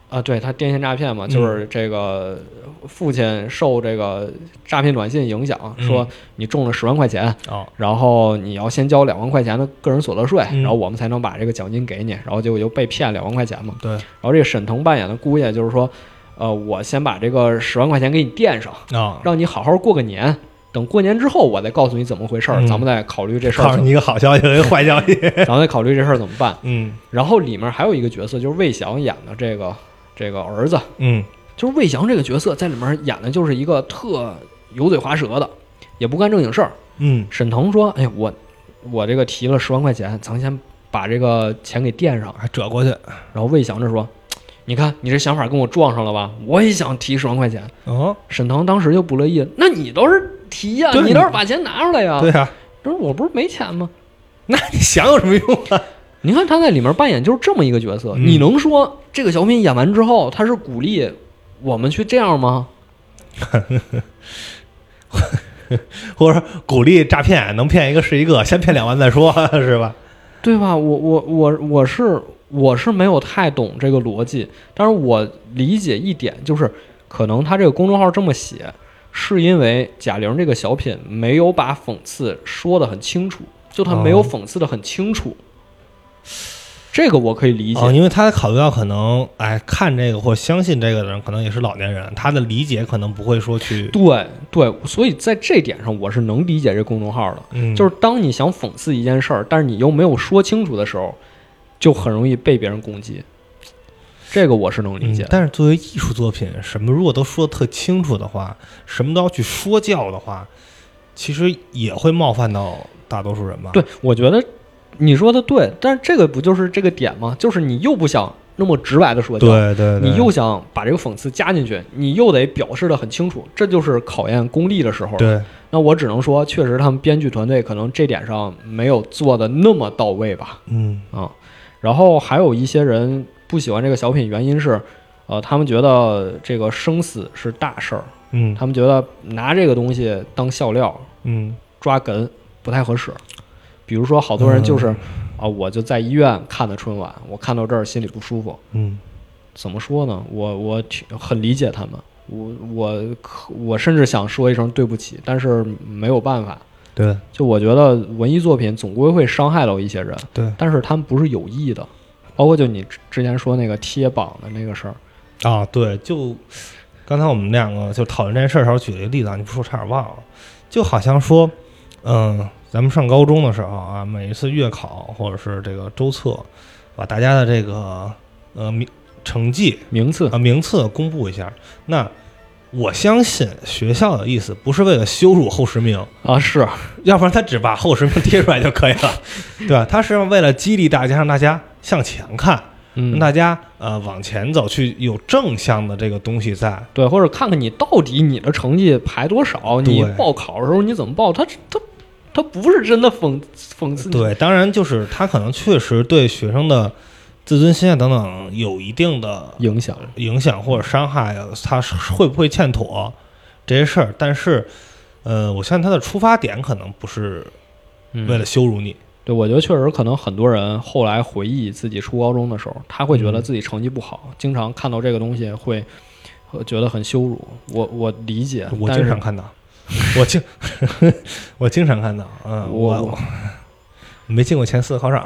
啊，对他电信诈骗嘛，就是这个父亲受这个诈骗短信影响，嗯说你中了十万块钱，哦，然后你要先交两万块钱的个人所得税，嗯然后我们才能把这个奖金给你，然后结果就被骗两万块钱嘛。对，然后这个沈腾扮演的姑爷就是说，呃，我先把这个十万块钱给你垫上，啊，让你好好过个年，等过年之后我再告诉你怎么回事儿，嗯咱们再考虑这事告儿诉怎么，你一个好消息和一个坏消 [laughs] 息，咱们再考虑这事儿怎么办。嗯然后里面还有一个角色就是魏翔演的这个这个儿子，嗯，就是魏翔这个角色在里面演的就是一个特油嘴滑舌的，也不干正经事儿。嗯，沈腾说：“哎，我我这个提了十万块钱，咱先把这个钱给垫上。还折过去，”然后魏翔这说：“你看你这想法跟我撞上了吧？我也想提十万块钱。哦，”沈腾当时就不乐意：“那你倒是提呀、对你倒是把钱拿出来呀、对呀，他说：“我不是没钱吗那你想有什么用啊？？” [laughs] 你看他在里面扮演就是这么一个角色，嗯你能说这个小品演完之后他是鼓励我们去这样吗？或者说鼓励诈骗，能骗一个是一个，先骗两万再说， [laughs] 是吧？对吧？我我我我是我是没有太懂这个逻辑，但是我理解一点就是，可能他这个公众号这么写，是因为贾玲这个小品没有把讽刺说得很清楚，就他没有哦讽刺得很清楚，这个我可以理解。哦，因为他考虑到可能，哎，看这个或相信这个的人，可能也是老年人，他的理解可能不会说去，对对，所以在这点上我是能理解这公众号的，嗯，就是当你想讽刺一件事儿，但是你又没有说清楚的时候，就很容易被别人攻击。这个我是能理嗯解的。但是作为艺术作品，什么如果都说的特清楚的话，什么都要去说教的话，其实也会冒犯到大多数人吧？对，我觉得你说的对，但是这个不就是这个点吗？就是你又不想那么直白的说教，对对对，你又想把这个讽刺加进去，你又得表示的很清楚，这就是考验功力的时候。对那我只能说，确实他们编剧团队可能这点上没有做的那么到位吧，嗯啊、然后还有一些人不喜欢这个小品，原因是。呃，他们觉得这个生死是大事儿，嗯他们觉得拿这个东西当笑料，嗯，抓梗不太合适。比如说，好多人就是、啊，我就在医院看的春晚，我看到这儿心里不舒服，嗯怎么说呢？我我挺很理解他们，我我可我甚至想说一声对不起，但是没有办法。对就我觉得文艺作品总归会伤害到一些人，对，但是他们不是有意的。包括就你之之前说那个贴榜的那个事儿，啊，对，就刚才我们两个就讨论这件事儿的时候举了一个例子啊，你不说我差点忘了，就好像说，嗯，咱们上高中的时候啊，每一次月考或者是这个周测，把大家的这个呃名成绩名次啊、名次公布一下。那我相信学校的意思不是为了羞辱后十名，啊，是要不然他只把后十名 [laughs] 贴出来就可以了，对吧？他是为了激励大家，让大家向前看。嗯让，大家呃往前走，去有正向的这个东西在。对，或者看看你到底你的成绩排多少，对你报考的时候你怎么报，他他他不是真的讽讽刺你，对，当然就是他可能确实对学生的自尊心啊等等有一定的影响，影响或者伤害啊，他是会不会欠妥这些事儿？但是，呃，我相信他的出发点可能不是嗯为了羞辱你，对，我觉得确实可能很多人后来回忆自己初高中的时候，他会觉得嗯自己成绩不好，经常看到这个东西会会觉得很羞辱。我我理解，我嗯但经是常看到，我经 [laughs] 我经常看到，嗯，我我没进过前四个考场，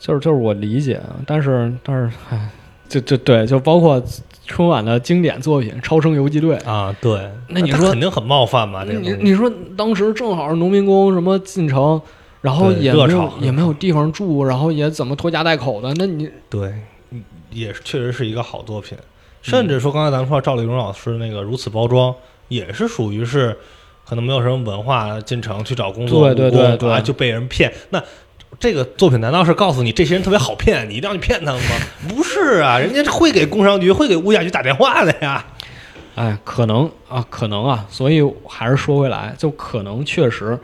就是就是我理解，啊但是但是，唉，就就对，就包括春晚的经典作品《超生游击队》。啊，对，那你他说嗯肯定很冒犯嘛？这个你东西你说当时正好是农民工什么进城，然后对也热没有炒也没有地方住，然后也怎么拖家带口的？那你对，嗯也是确实是一个好作品。甚至说，刚才咱们说赵丽蓉老师那个如此包装，也是属于是可能没有什么文化进城去找工作，对对务工对对啊就被人骗。那这个作品难道是告诉你这些人特别好骗，你一定要去骗他们吗？不是啊，人家会给工商局、会给物价局打电话的呀。哎，可能啊，可能啊，所以还是说回来，就可能确实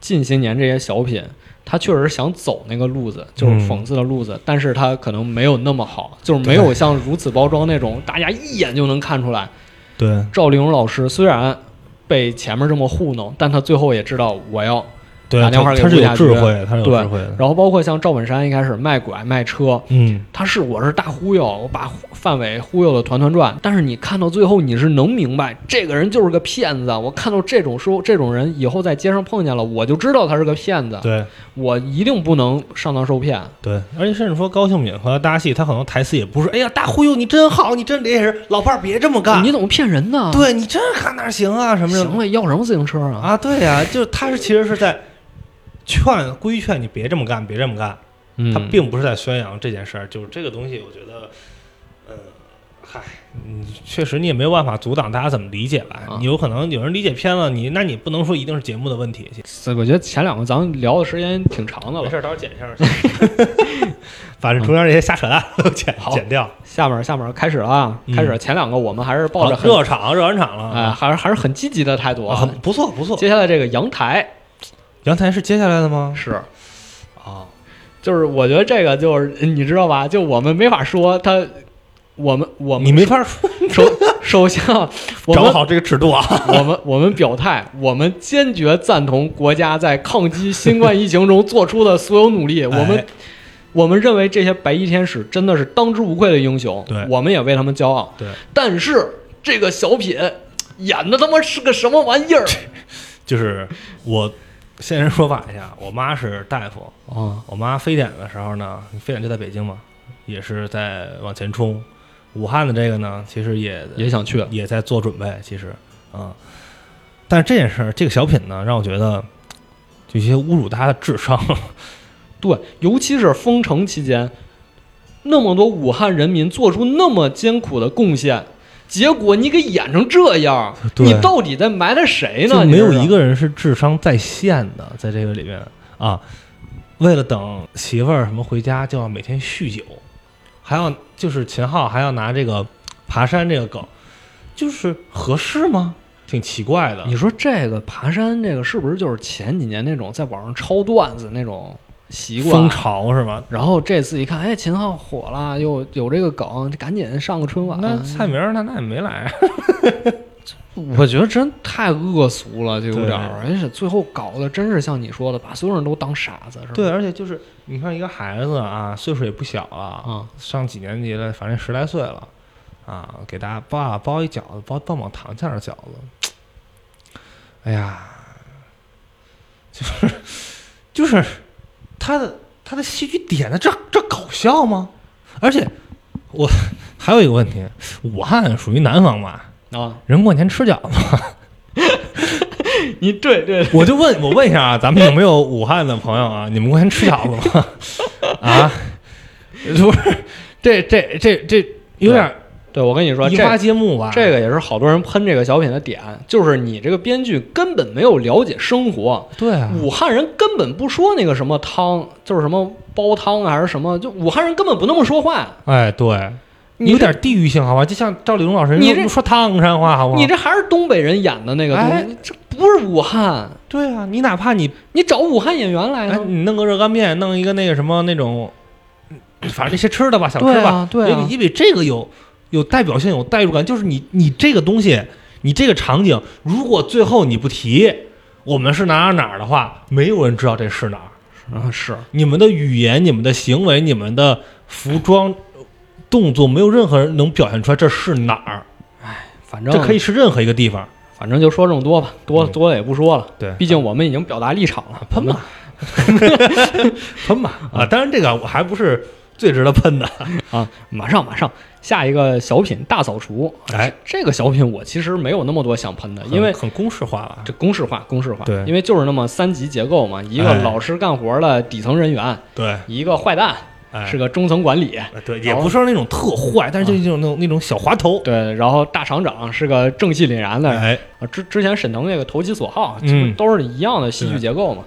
近些年这些小品，他确实想走那个路子，就是嗯讽刺的路子，但是他可能没有那么好，就是没有像如此包装那种，大家一眼就能看出来。对赵丽蓉老师虽然被前面这么糊弄，但他最后也知道我要，对，打电话给他他是物有价智局慧，他是有对智慧的。然后包括像赵本山一开始卖拐卖车，嗯，他是我是大忽悠，我把范伟忽悠的团团转。但是你看到最后，你是能明白这个人就是个骗子。我看到这种说这种人以后在街上碰见了，我就知道他是个骗子，对我一定不能上当受骗。对，而且甚至说高秀敏和他搭戏，他可能台词也不是，哎呀，大忽悠你真好，你真厉害，老伴儿别这么干，你怎么骗人呢？，对你这看哪儿嗯行啊？什么什行么了，要什么自行车啊？啊？对呀、就是他是其实是在劝规劝你别这么干，别这么干。嗯他并不是在宣扬这件事儿，就是这个东西，我觉得，呃，嗨，嗯，确实你也没有办法阻挡大家怎么理解吧？啊你有可能有人理解偏了，你那你不能说一定是节目的问题。我觉得前两个咱们聊的时间挺长的没了事，，到时候剪一下儿。 [laughs] 反正中间这些瞎扯 [laughs] 淡都剪好剪掉。下面下面开始了啊！嗯开始前两个我们还是抱好着很热场，热完场了哎，还是还是很积极的态度啊，很不错不错。接下来这个阳台阳台是接下来的吗？是。啊，就是我觉得这个就是你知道吧？就我们没法说他，我们我们你没法说，首首先啊，我 [laughs] 掌握们好这个尺度啊。我们我们表态，我们坚决赞同国家在抗击新冠疫情中做出的所有努力。我们哎我们认为这些白衣天使真的是当之无愧的英雄，对我们也为他们骄傲。对，但是这个小品演的他妈是个什么玩意儿就是我现身说法一下，我妈是大夫，啊？我妈非典的时候呢，非典就在北京嘛，也是在往前冲。武汉的这个呢，其实也也想去，也在做准备，其实啊、嗯但是这件事儿，这个小品呢，让我觉得就有些侮辱大家的智商。对，尤其是封城期间，那么多武汉人民做出那么艰苦的贡献，结果你给演成这样，对你到底在埋汰谁就呢？没有你知道一个人是智商在线的，在这个里面啊，为了等媳妇儿什么回家，就要每天酗酒，还要就是秦昊还要拿这个爬山这个梗，就是合适吗？挺奇怪的。你说这个爬山，这个是不是就是前几年那种在网上抄段子那种习风惯？潮是吧？然后这次一看，哎，秦昊火了，又有这个梗，赶紧上个春晚。那蔡明儿他那也没来，啊我觉得真太恶俗了，就有对点儿，而且最后搞得真是像你说的，把所有人都当傻子，是吧？对，而且就是你看一个孩子啊，岁数也不小了，啊，上几年级了，反正十来岁了，啊，给大家爸包一饺子，包棒棒糖馅儿的饺子，哎呀，就是就是他的他的戏剧点在这儿这儿搞笑吗？而且我还有一个问题，武汉属于南方吧？啊，人过年吃饺子，你对对，我就问我问一下啊，咱们有没有武汉的朋友啊？你们过年吃饺子吗？ [laughs] 啊，不是，这这这这有点对我跟你说，移这花接木吧？这个也是好多人喷这个小品的点，就是你这个编剧根本没有了解生活。对啊，武汉人根本不说那个什么汤，就是什么煲汤啊还是什么，就武汉人根本不那么说话。哎对，你有这点地域性好吧？就像赵丽蓉老师，你人这说说唐山话好不好？你这还是东北人演的那个东西，哎这不是武汉，对啊，你哪怕你你找武汉演员来哎，呢？你弄个热干面，弄一个那个什么那种，反正这些吃的吧，小吃对吧，啊，对因为啊，因为这个有有代表性、有代入感，就是你你这个东西，你这个场景，如果最后你不提我们是哪儿哪儿的话，没有人知道这是哪儿。嗯啊是你们的语言、你们的行为、你们的服装、动作，没有任何人能表现出来这是哪儿。反正这可以，是任何一个地方，反正就说这么多吧，多嗯多了也不说了。对毕竟我们已经表达立场了，喷吧，喷吧啊！当然，这个我还不是最值得喷的。啊！马上马上，下一个小品大扫除。哎，这个小品我其实没有那么多想喷的，因为很很公式化了。这公式化，公式化，对因为就是那么三级结构嘛，一个哎老实干活的底层人员，对，一个坏蛋哎是个哦啊中层管理，呃对，也不是那种特坏，但是就是那种那种那种小滑头。对，然后大厂长是个正气凛然的，哎，啊，之之前沈腾那个投其所好，嗯这不都是一样的戏剧结构嘛。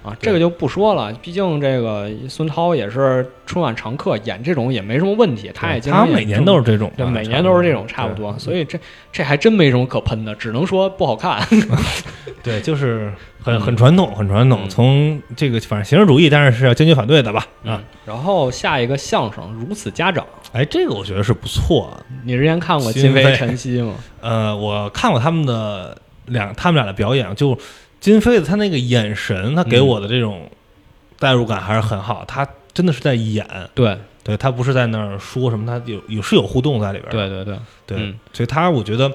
啊，对这个就不说了，毕竟这个孙涛也是春晚常客，演这种也没什么问题，他也经他常每年都是。是这种嘛，啊对，啊每差年不都多是这种，差不多，所以这这还真没什么可喷的，只能说不好看。对，就是很嗯很传统，很传统。嗯从这个反正形式主义，但是是要坚决反对的吧？啊嗯，，然后下一个相声《如此家长》，哎，这个我觉得是不错的。你之前看过心金飞扉晨曦吗？呃，我看过他们的两他们俩的表演，就金飞的他那个眼神，他给嗯我的这种代入感还是很好。他真的是在演，对 [laughs] 对他不是在那儿说什么，他有有是有互动在里边。对对对，对，嗯所以他我觉得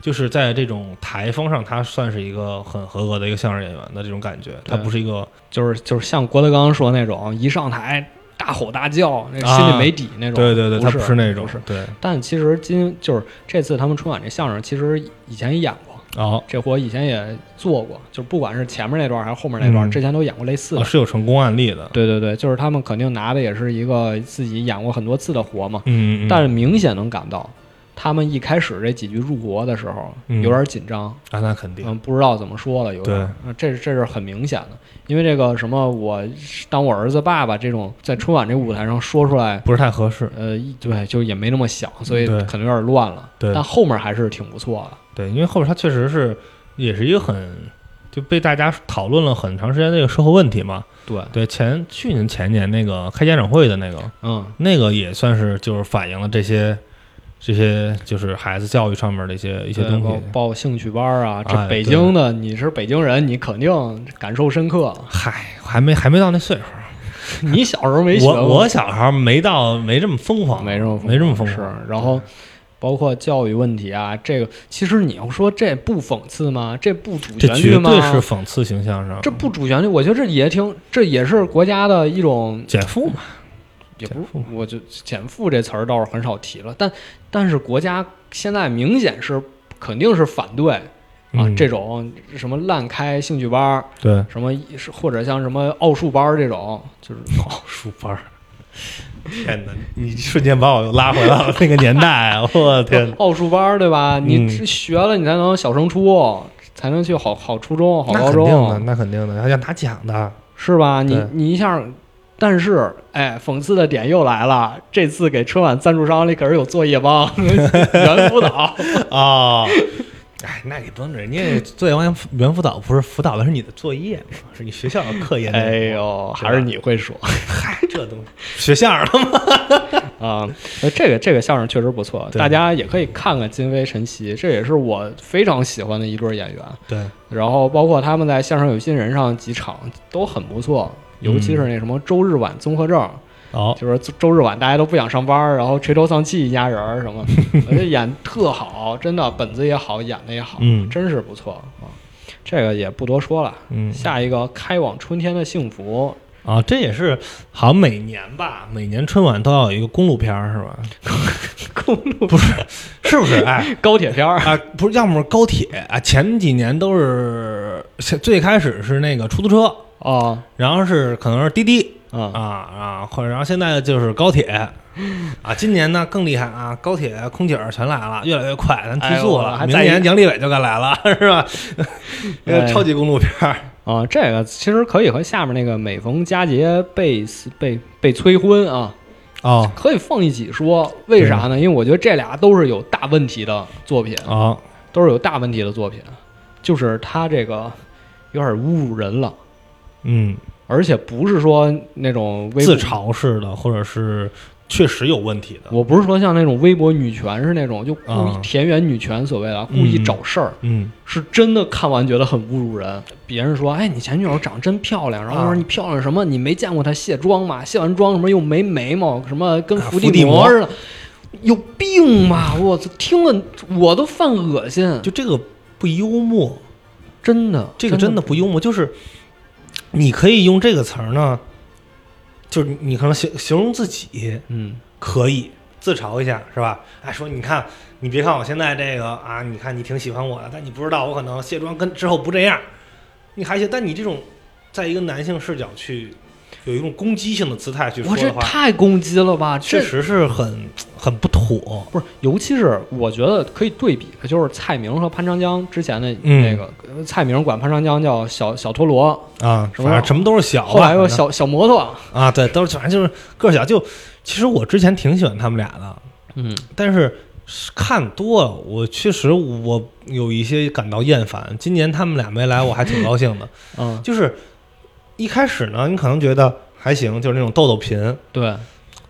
就是在这种台风上，他算是一个很合格的一个相声演员的这种感觉，他对不是一个就是就是像郭德纲说那种一上台大吼大叫，那心里啊没底那种。对对对，不他是不是那种不是对但其实今就是这次他们春晚这相声，其实以前也演过，哦。这活以前也做过，就是不管是前面那段还是后面那段，嗯之前都演过类似的。啊是有成功案例的，对对对，就是他们肯定拿的也是一个自己演过很多次的活嘛，嗯，嗯但是明显能感到。他们一开始这几句入国的时候嗯有点紧张，啊，那肯定，嗯，不知道怎么说了，有点对儿，呃这是这是很明显的，因为这个什么，我当我儿子爸爸这种在春晚这舞台上说出来，不是太合适，呃，一对，就也没那么想，所以对可能有点乱了。对但后面还是挺不错的。对，因为后边他确实是也是一个很就被大家讨论了很长时间的一个社会问题嘛，对，对，前去年前年那个开家长会的那个，嗯，那个也算是就是反映了这些这些就是孩子教育上面的一些一一些东西报，报兴趣班啊，这哎北京的，你是北京人，你肯定感受深 [laughs] 刻。嗨，还没还没到那岁数。你小时候没学我过，我小孩儿没到没这么疯狂，没这么没这么疯是狂。，然后。包括教育问题啊，这个其实你要说这不讽刺吗？这不主这旋律绝吗？对是讽刺形象上，这不主旋律，我觉得这也挺，这也是国家的一种，减负嘛？也不是减负，我就减负这词儿倒是很少提了，但但是国家现在明显是肯定是反对啊、嗯这种什么滥开兴趣班儿，对什么是或者像什么奥数班儿这种，就是书班儿。天哪！你瞬间把我又拉回到那个年代，啊 [laughs] 我天哪！奥数班儿对吧？你嗯这学了你才能小升初，才能去好好初中、好那高肯定的，中，啊那肯定的，要拿奖的。是吧？你对你一下。但是，哎，讽刺的点又来了。这次给春晚赞助商里可是有作业帮、 [laughs] 原辅 [laughs] 导，啊哦，哎，那也不能，人家作业完原辅导不是辅导的是你的作业吗？是你学校的课业内容。哎呦，还是你会说嗨， [laughs] 这东西学相声了吗？啊、呃这个这个相声确实不错，对大家也可以看看金飞、陈曦，这也是我非常喜欢的一对演员。对，然后包括他们在《相声有新人》上几场都很不错，尤其嗯是那什么周日晚综合症，哦，就是周日晚大家都不想上班，然后垂头丧气一家人儿什 [laughs] 么，我觉演特好，真的本子也好，演的也好，嗯真是不错啊。这个也不多说了，嗯，下一个开往春天的幸福啊，这也是好像每年吧，每年春晚都要有一个公路片儿是吧？公路不是，是不是？ [laughs] 哎高铁片儿，啊，不是，要么是高铁啊，前几年都是前最开始是那个出租车，哦，然后是可能是滴滴啊啊啊，或者然后现在就是高 [laughs] 铁啊，今年呢更厉害啊，高铁空姐儿全来了，越来越快，咱提速哎了，呦还明在意年杨利伟就该来了是吧？ [laughs] 哎超级公路片儿。啊，这个其实可以和下面那个每逢佳节被死被被催婚啊，哦可以放一起说。为啥呢？因为我觉得这俩都是有大问题的作品，哦都是有大问题的作品，就是他这个有点侮辱人了，嗯，而且不是说那种微博自嘲式的或者是确实有问题的。我不是说像那种微博女权是那种就故意啊田园女权所谓的故意找事儿，嗯是真的看完觉得很侮辱人。别人说，哎，你前女友长得真漂亮，然后说啊你漂亮什么？你没见过她卸妆吗？卸完妆什么又没眉毛，什么跟啊伏伏地魔魔似的，有病吧？我操，听了我都犯恶心，就这个不幽默，真的，这个真真的不幽默，就是你可以用这个词儿呢，就是你可能形形容自己嗯，可以自嘲一下，是吧？哎，说你看，你别看我现在这个啊，你看你挺喜欢我的，但你不知道我可能卸妆跟之后不这样，你还行。但你这种在一个男性视角去有一种攻击性的姿态去说我这的话，太攻击了吧？确这实是很很不妥。不是，尤其是我觉得可以对比的，就是蔡明和潘长江之前的嗯那个，呃蔡明管潘长江叫小小陀螺，啊，什反么正什么都是小吧，后来又反正小小摩托，啊，对，都是反正就是个儿小。就其实我之前挺喜欢他们俩的，嗯但是看多了，我确实我有一些感到厌烦。今年他们俩没来，我还挺高 [laughs] 兴的。嗯，就是一开始呢，你可能觉得还行，就是那种逗逗贫，对，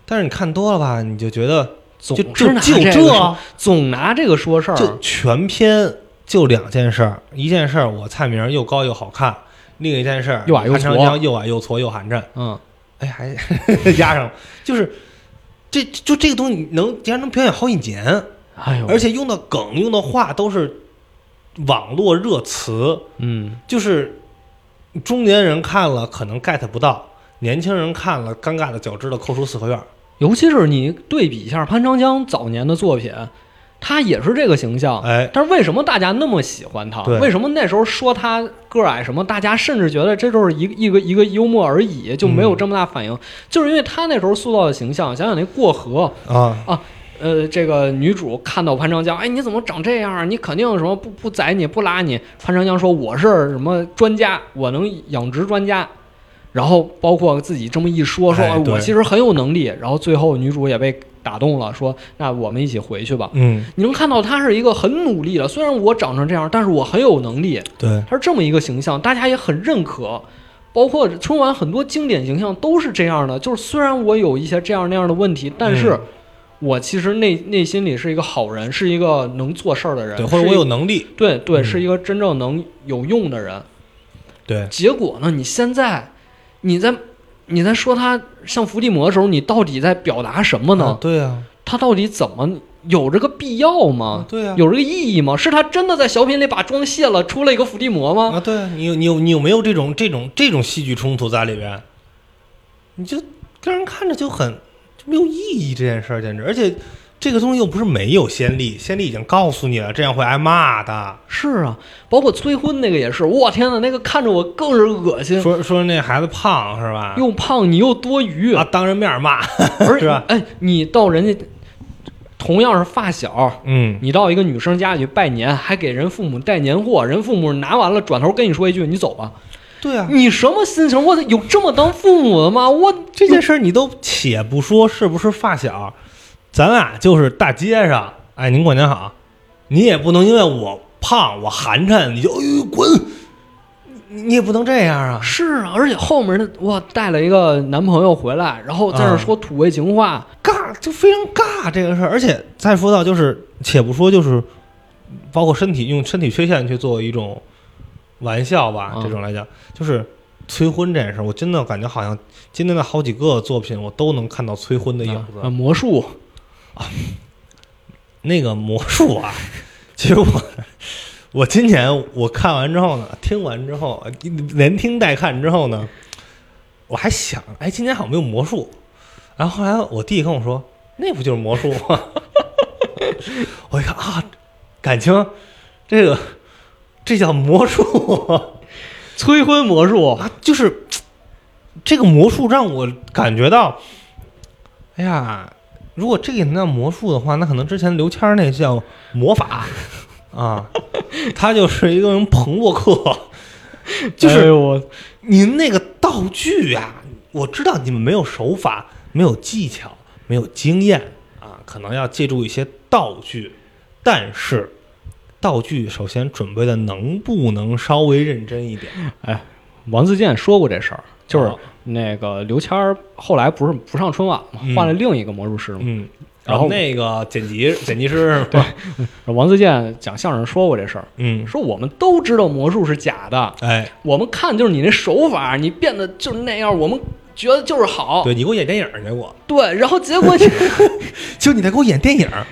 但是你看多了吧，你就觉得总就是就拿就这个这说，总拿这个说事就儿，全篇就两件事儿，一件事儿我蔡明又高又好看，另一件事儿又矮又潘长矬江又矮又矬又寒碜。嗯，哎，还 [laughs] 压上了，就是这就这个东西能竟然能表演好几年，哎呦，而且用的梗用的话都是网络热词，嗯，就是中年人看了可能 get 不到，年轻人看了尴尬的脚趾头抠出四合院儿。尤其是你对比一下潘长江早年的作品，他也是这个形象。哎，但是为什么大家那么喜欢他？对为什么那时候说他个矮什么，大家甚至觉得这就是一个一个一个幽默而已，就没有这么大嗯反应？就是因为他那时候塑造的形象，想想那过河，啊，呃，这个女主看到潘长江，哎，你怎么长这样？你肯定什么不不宰你不拉你。潘长江说我是什么专家，我能养殖专家。然后包括自己这么一说，说、哎哎对我其实很有能力。然后最后女主也被打动了，说那我们一起回去吧。嗯，你能看到她是一个很努力的，虽然我长成这样，但是我很有能力。对，她是啊这么一个形象，大家也很认可。包括春晚很多经典形象都是这样的，就是虽然我有一些这样那样的问题，但是嗯我其实内内心里是一个好人，是一个能做事儿的人，对，或者是一我有能力，对对，嗯是一个真正能有用的人。对，结果呢，你现在你在你在说他像伏地魔的时候，你到底在表达什么啊呢？对啊，他到底怎么有这个必要啊吗？对啊，有这个意义吗？是他真的在小品里把妆卸了，出了一个伏地魔吗？啊，对啊，你有你有你有没有这种这种这种戏剧冲突在里边？你就让人看着就很就没有意义这件事儿，简直！而且这个东西又不是没有先例，先例已经告诉你了，这样会挨骂的。是啊，包括催婚那个也是，我天呐，那个看着我更是恶心，说说那孩子胖是吧？又胖你又多余，啊，当着面骂，而是啊吧哎，你到人家同样是发小，嗯，你到一个女生家里拜年，还给人父母带年货，人父母拿完了，转头跟你说一句“你走吧对”，啊。你什么心情？我有这么当父母的吗？我这件事儿你都且不说是不是发小，咱俩就是大街上，哎，您过年好，你也不能因为我胖我寒碜你就哎呦滚，你你也不能这样啊。是啊，而且后面的我带了一个男朋友回来，然后在那儿说土味情话，尬，就非常尬这个事儿。而且再说到就是，且不说就是，包括身体用身体缺陷去做一种玩笑吧，嗯这种来讲，就是催婚这件事儿，我真的感觉好像今天的好几个作品，我都能看到催婚的影啊子。啊魔术那个魔术啊，其实我我今年我看完之后呢，听完之后，连听带看之后呢，我还想，哎，今年好像没有魔术。然后后来我弟跟我说，那不就是魔术吗？ [laughs] 我一看啊，感情这个这叫魔术催婚魔术，啊，就是这个魔术让我感觉到，哎呀，如果这个也能叫魔术的话，那可能之前刘谦儿那叫魔法啊，他就是一个人彭沃克，就是哎呦我您那个道具啊，我知道你们没有手法，没有技巧，没有经验啊，可能要借助一些道具，但是道具首先准备的能不能稍微认真一点？哎王自健说过这事儿，就是啊那个刘谦儿后来不是不上春晚嘛，嗯换了另一个魔术师嘛。嗯，然后那个剪辑剪辑师，对，王自健讲相声说过这事儿，嗯，说我们都知道魔术是假的，哎，我们看就是你那手法，你变得就是那样，我们觉得就是好，对你给我演电影儿去，给我，对然后结果你 [laughs] 就你再给我演电影儿，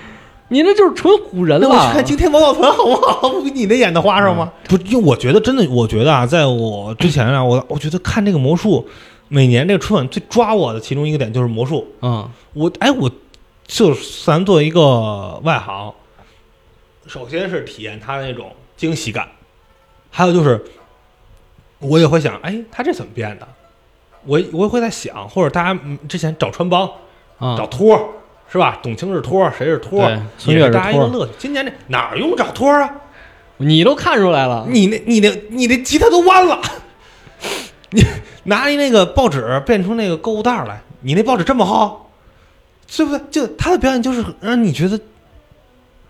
你那就是纯唬人那我去了看《惊天魔盗团》好不好？ [laughs] 不比你那演的花哨吗？嗯不，因为我觉得真的，我觉得啊，在我之前啊，我我觉得看这个魔术，每年这个春晚最抓我的其中一个点就是魔术。嗯我哎，我就是咱作为一个外行，首先是体验它的那种惊喜感，还有就是我也会想，哎，他这怎么变的？我我也会在想，或者大家嗯之前找穿帮、啊，找托儿是吧？董卿是托儿，谁是托儿对？孙也越是是大家一托个儿乐趣。今年这哪儿用找托儿啊？你都看出来了，你那、你那、你那吉他都弯了， [laughs] 你拿一那个报纸变出那个购物袋儿来，你那报纸这么厚，对不对？就他的表演就是让你觉得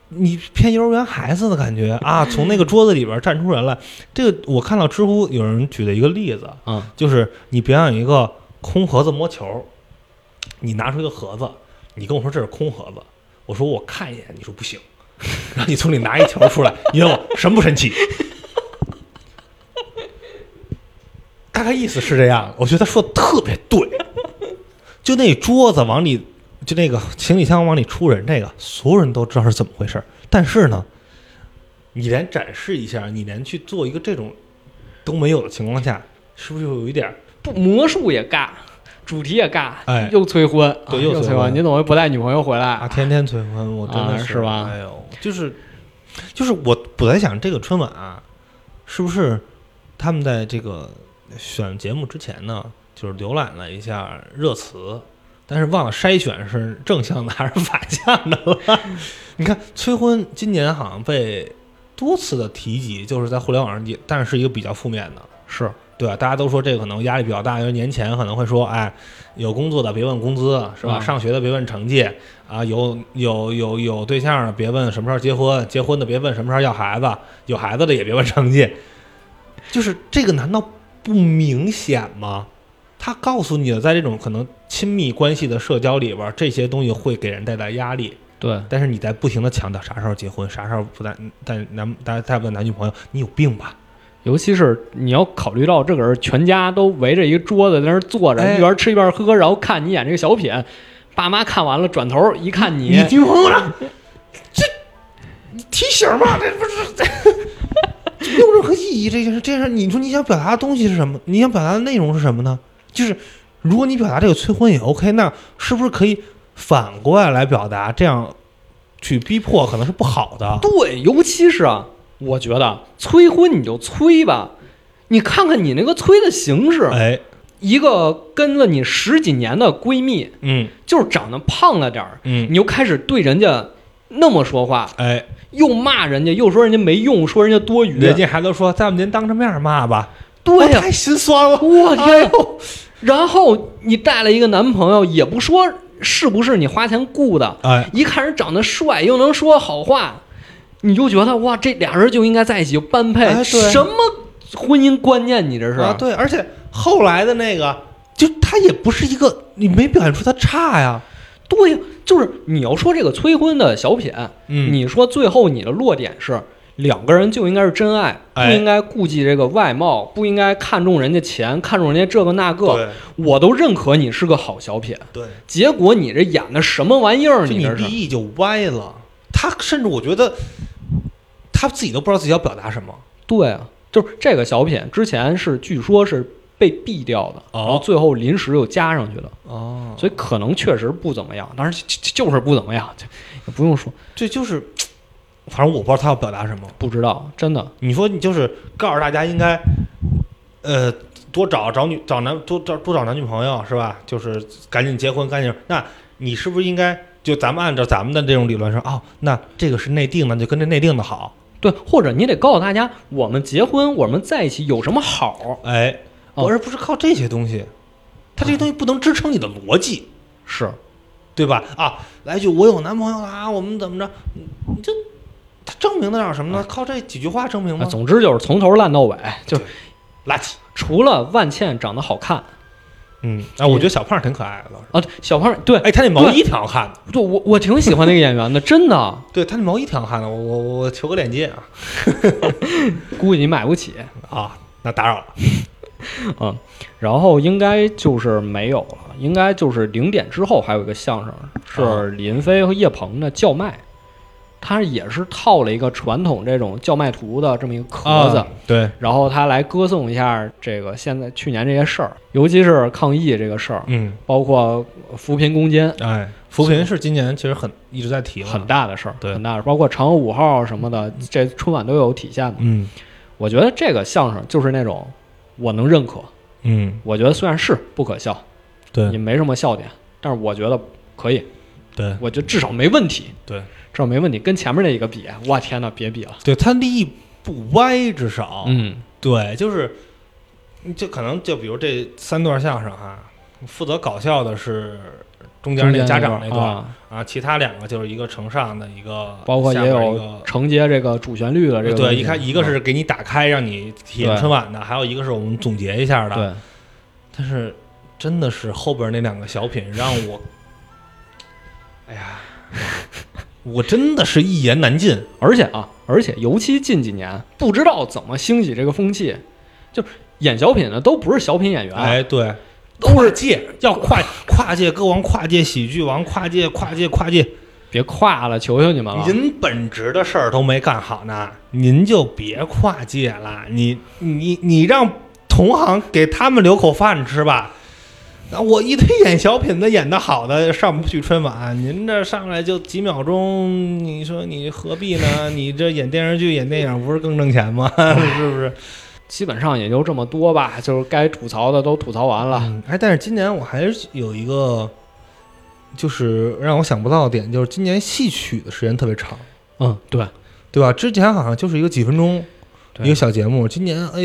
你骗幼儿园孩子的感觉啊，从那个桌子里边站出人来。这个我看到知乎有人举了一个例子，嗯，就是你表演一个空盒子摸球，你拿出一个盒子，你跟我说这是空盒子，我说我看一眼，你说不行， [laughs] 然后你从里拿一球出来，你问我神不神奇？大概意思是这样，我觉得他说的特别对，就那桌子往里，就那个行李箱往里出人，这个所有人都知道是怎么回事儿，但是呢，你连展示一下，你连去做一个这种都没有的情况下，是不是有一点儿不魔术也尬，主题也尬，哎又催婚，对啊又又催催婚你怎么会不带女朋友回来？啊，天天催婚，我真的啊是,、是吧哎呦，就是就是我我在想，这个春晚啊，是不是他们在这个选节目之前呢，就是浏览了一下热词，但是忘了筛选是正向的还是反向的了。 [laughs] 你看，催婚今年好像被多次的提及，就是在互联网上也，但是是一个比较负面的。是，对啊吧？大家都说这个可能压力比较大，因为年前可能会说，哎，有工作的别问工资，是吧？嗯上学的别问成绩，啊，有有有有对象的别问什么时候结婚，结婚的别问什么时候要孩子，有孩子的也别问成绩。就是这个难道不明显吗？他告诉你的，在这种可能亲密关系的社交里边，这些东西会给人带来压力。对，但是你在不停的强调啥时候结婚，啥时候不带带男带带不带男女朋友，你有病吧？尤其是你要考虑到这个人全家都围着一个桌子在那儿坐着，哎一边吃一边喝，然后看你演这个小品，爸妈看完了转头一看你，你女朋友呢？这你提醒吧，这不是这这没有任何意义。这件事，这件事，你说你想表达的东西是什么？你想表达的内容是什么呢？就是如果你表达这个催婚也 OK，那是不是可以反过来来表达？这样去逼迫可能是不好的。对，尤其是啊，我觉得催婚你就催吧，你看看你那个催的形式，哎，一个跟了你十几年的闺蜜，嗯就是长得胖了点儿，嗯，你就开始对人家那么说话，哎，又骂人家，又说人家没用，说人家多余，人家还都说咱们您当着面骂吧，对我呀、太心酸了。我哎天！然后你带了一个男朋友，也不说是不是你花钱雇的，哎，一看人长得帅，又能说好话，你就觉得哇，这俩人就应该在一起般配，哎对什么婚姻观念？你这是？啊，对，而且后来的那个，就他也不是一个，你没表现出他差呀。对呀，就是你要说这个催婚的小品，嗯你说最后你的落点是。两个人就应该是真爱，不哎应该顾忌这个外貌，不应该看重人家钱，看重人家这个那个。我都认可你是个好小品，对结果你这演的什么玩意儿？就你你这立是？意就歪了。他甚至我觉得他自己都不知道自己要表达什么。对啊，就是这个小品之前是据说是被毙掉的，然后哦最后临时又加上去的，哦，所以可能确实不怎么样，当然就就就是 [laughs] 不怎么样，就也不用说，这就是，反正我不知道他要表达什么。不知道，真的，你说你就是告诉大家应该，呃，多找找女找男多找多找男女朋友是吧？就是赶紧结婚，赶紧。那你是不是应该就咱们按照咱们的这种理论说，哦，那这个是内定的，就跟这内定的好。对，或者你得告诉大家，我们结婚，我们在一起有什么好？哎，哦我而不是靠这些东西，它这些东西不能支撑你的逻辑，是，对吧？啊，来一句我有男朋友啦，我们怎么着？你这它证明得了什么呢？靠这几句话证明啊吗？嗯总之就是从头烂到尾，就是垃圾。除了万茜长得好看嗯，啊，我觉得小胖挺可爱的倒是。啊，小胖对，哎，他那毛衣挺好看的。对我我挺喜欢那个演员的，真的，对他那毛衣挺好看的，我我我求个链接啊估计你买不起。啊，那打扰 [laughs] 了。然后应该就是没有了，应该就是零点之后还有一个相声啊是李云飞和叶鹏的叫卖，他也是套了一个传统这种叫卖图的这么一个壳子，啊对，然后他来歌颂一下这个现在去年这些事儿，尤其是抗疫这个事儿，嗯，包括扶贫攻坚哎，扶贫是今年其实很一直在提了，很大的事儿，对很大的事儿，包括嫦娥五号什么的，这春晚都有体现的。嗯我觉得这个相声就是那种我能认可，嗯，我觉得虽然是不可笑，也对没什么笑点，但是我觉得可以，对我觉得至少没问题，对至少没问题。跟前面那一个比，我天呐，别比了。对，他利益不歪，至少嗯，对，就是就可能就比如这三段相声哈，负责搞笑的是中间那家长那那段啊，啊，其他两个就是一个承上的一个，包括下也边一有个承接这个主旋律的这个东啊西，对，一看一个啊是给你打开，让你体验对春晚的，还有一个是我们总结一下的。对，但是真的是后边那两个小品让我，哎呀， [laughs] 我真的是一言难尽。而且啊，而且尤其近几年，不知道怎么兴起这个风气，就是演小品的都不是小品演员，哎，对，啊都跨是界要跨跨界歌王、跨界喜剧王、跨界跨界跨界，别跨了，求求你们了。您本职的事儿都没干好呢，您就别跨界了。你你你让同行给他们留口饭吃吧。那我一堆演小品的演的好的上不去春晚，您这上来就几秒钟，你说你何必呢？你这演电视剧、演电影不是更挣钱吗？是不是？基本上也就这么多吧，就是该吐槽的都吐槽完了。嗯，哎，但是今年我还是有一个，就是让我想不到的点，就是今年戏曲的时间特别长，嗯，对，对吧？之前好像就是一个几分钟对一个小节目，今年哎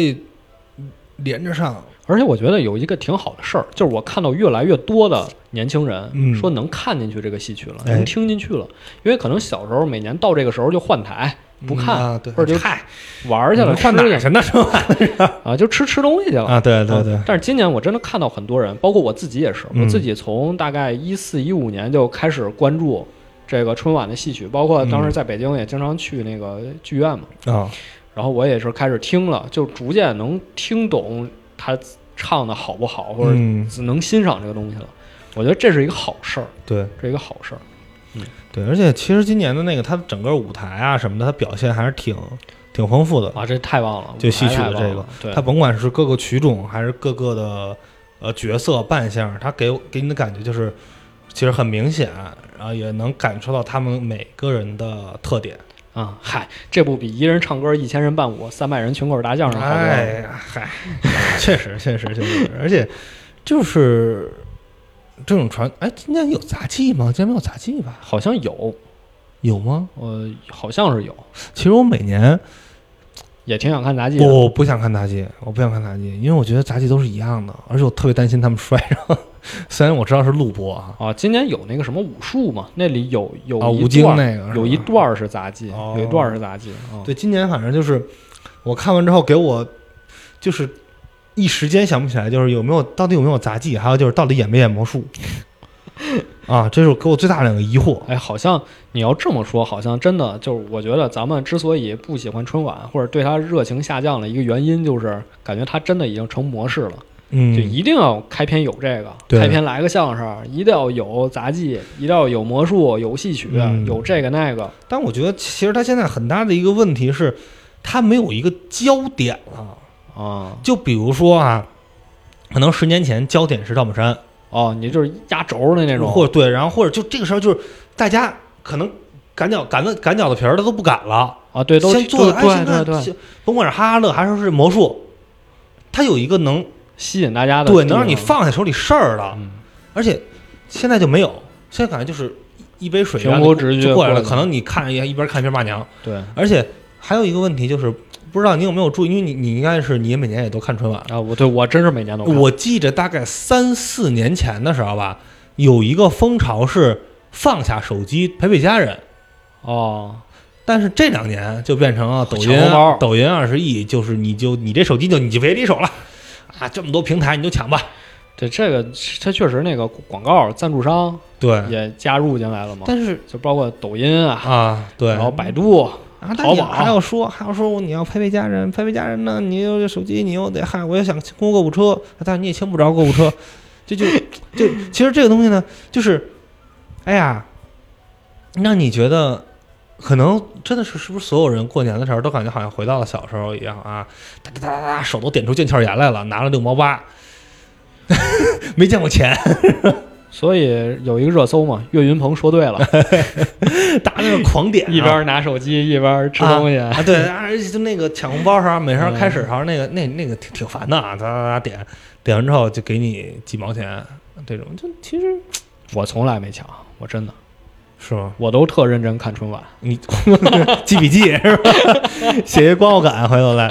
连着上，而且我觉得有一个挺好的事儿，就是我看到越来越多的年轻人嗯说能看进去这个戏曲了，哎能听进去了，因为可能小时候每年到这个时候就换台不看嗯啊，对，或者就嗨，玩儿去了，你换吃哪去 [laughs] 儿去那时候啊，就吃吃东西去了。啊？对对对嗯，但是今年我真的看到很多人，包括我自己也是，嗯我自己从大概一四一五年就开始关注这个春晚的戏曲，包括嗯当时在北京也经常去那个剧院嘛，啊，然后我也是开始听了，就逐渐能听懂他唱的好不好，或者嗯，只能欣赏这个东西了。我觉得这是一个好事儿，对这是一个好事儿。对，而且其实今年的那个它整个舞台啊什么的，它表现还是挺挺丰富的。啊，这太棒了！就戏曲的舞台太这棒了个，对它，甭管是各个曲种还是各个的呃角色扮相，它给我给你的感觉就是其实很明显，然后也能感受到他们每个人的特点。啊，嗨，这不比一人唱歌、一千人伴舞、三百人群口大相声好多了？哎呀，嗨， [laughs] 确实，确实，确实，而且就是这种传，哎，今年有杂技吗？今年没有杂技吧？好像有，有吗？呃，好像是有，其实我每年也挺想看杂技的。我我不想看杂技，我不想看杂技，因为我觉得杂技都是一样的，而且我特别担心他们摔上。 [laughs] 虽然我知道是录播啊，啊，今年有那个什么武术嘛，那里有有啊，一吴京段儿，那个是吧有一段儿是杂技，哦有一段儿是杂技。啊对，今年反正就是我看完之后给我就是一时间想不起来，就是有没有到底有没有杂技，还有就是到底演没演魔术啊，这是给我最大的两个疑惑。哎，好像你要这么说，好像真的就是，我觉得咱们之所以不喜欢春晚，或者对它热情下降了一个原因，就是感觉它真的已经成模式了，嗯，就一定要开篇有这个，对开篇来个相声，一定要有杂技，一定要有魔术，有戏曲，嗯有这个那个。但我觉得其实他现在很大的一个问题是，他没有一个焦点了。啊、就比如说啊，可能十年前焦点是赵本山哦，你就是压轴的那种，或者对，然后或者就这个时候就是大家可能擀饺擀的擀饺子皮儿的都不擀了，啊，对，都先做都的哎，对现对在对，甭管是哈哈乐还是是魔术，它有一个能吸引大家的地对方，能让你放下手里事儿的，嗯而且现在就没有，现在感觉就是一一杯水平然后铺就直就叙过来了，过去可能你看一一边看一边骂娘，对而且还有一个问题就是不知道你有没有注意，因为你你应该是你每年也都看春晚。啊，我对我真是每年都看我记着大概三四年前的时候吧，有一个风潮是放下手机陪陪家人，哦，但是这两年就变成了啊抖音抢红包抖音二十亿，就是你就你这手机就你就别离手了啊，这么多平台你就抢吧。对这个它确实那个广告赞助商对，也加入进来了嘛，但是就包括抖音啊，啊，对，然后百度，啊，但淘你宝还要说，还要说你要陪陪家人，陪陪家人呢，你又这手机，你又得嗨，我也想公共购物车，但是你也清不着购物车， [laughs] 这就就其实这个东西呢，就是，哎呀，让你觉得可能真的是是不是所有人过年的时候都感觉好像回到了小时候一样啊，哒哒哒哒哒，手都点出腱鞘炎来了，拿了六毛八， [laughs] 没见过钱， [laughs] 所以有一个热搜嘛，岳云鹏说对 [laughs] 了，大家在那狂点、啊，一边拿手机一边吃东西，[laughs] 啊，对，啊而且就那个抢红包时候，每时候开始时候，那个那那个挺挺烦的啊，哒哒哒点点完之后就给你几毛钱，这种就其实我从来没抢，我真的，是吗？我都特认真看春晚。你 [laughs] 记笔记是吧？写些观后感，回头来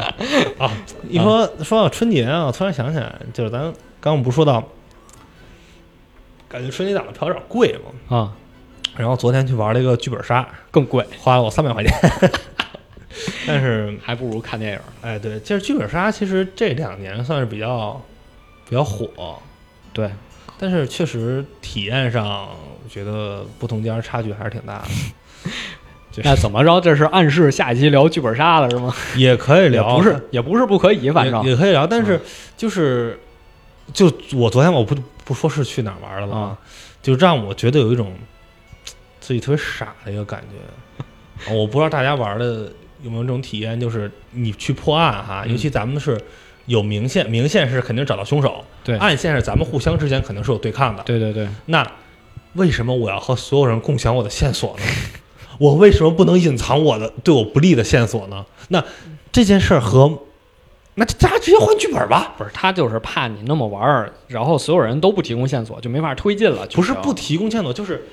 啊。一说说到春节啊，我突然想起来，就是咱刚刚我们不是说到，感觉春节档的票有点贵嘛，啊、然后昨天去玩了一个剧本杀，更贵，花了我三百块钱， [laughs] 但是还不如看电影。哎，对，就是剧本杀，其实这两年算是比较比较火，对，但是确实体验上，我觉得不同家差距还是挺大的。那怎么着？这是暗示下一期聊剧本杀了是 [laughs] 吗？也可以也聊，不是，也不是不可以，反正也嗯也可以聊，但是就是、就我昨天我不不说是去哪儿玩了吧，啊就让我觉得有一种自己特别傻的一个感觉。我不知道大家玩的有没有这种体验，就是你去破案哈，嗯尤其咱们是有明线，明线是肯定找到凶手，对暗线是咱们互相之间肯定是有对抗的。对对对，那为什么我要和所有人共享我的线索呢？ [laughs] 我为什么不能隐藏我的对我不利的线索呢？那这件事儿和那大家直接换剧本吧，不是他就是怕你那么玩儿，然后所有人都不提供线索，就没法推进了。不是就啊不提供线索，就是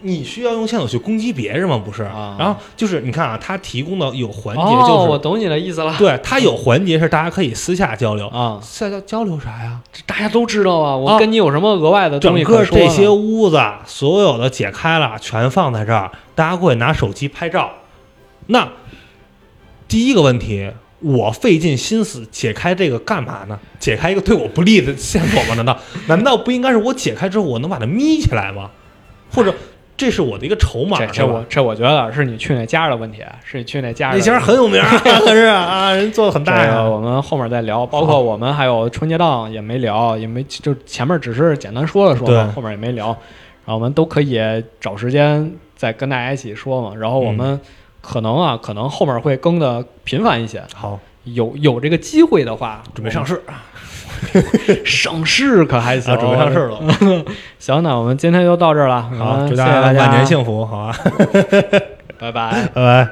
你需要用线索去攻击别人吗？不是。啊然后就是你看啊，他提供的有环节哦，就我是，懂你的意思了对他有环节是大家可以私下交流，啊！私下交交流啥呀？这大家都知道啊，我啊跟你有什么额外的东整西个可说呢？这些屋子所有的解开了，全放在这儿，大家过去拿手机拍照。那第一个问题，我费尽心思解开这个干嘛呢？解开一个对我不利的线索吗？难道难道不应该是我解开之后，我能把它眯起来吗？或者这是我的一个筹码？这是这吧我这我觉得是你去那家的问题，是你去那家的那家很 [laughs] 有名啊，可是啊，人做的很大这个呀。我们后面再聊，包括我们还有春节档也没聊，也没就前面只是简单说了说对嘛，后面也没聊，然后我们都可以找时间再跟大家一起说嘛。然后嗯我们可能啊，可能后面会更的频繁一些，好，有有这个机会的话，准备上市啊，我们 [laughs] 上市可还行，准备上市。了。 [laughs] 行，那我们今天就到这儿了，好，好，祝啊谢谢大晚年家，幸福，好吧，拜拜。拜拜。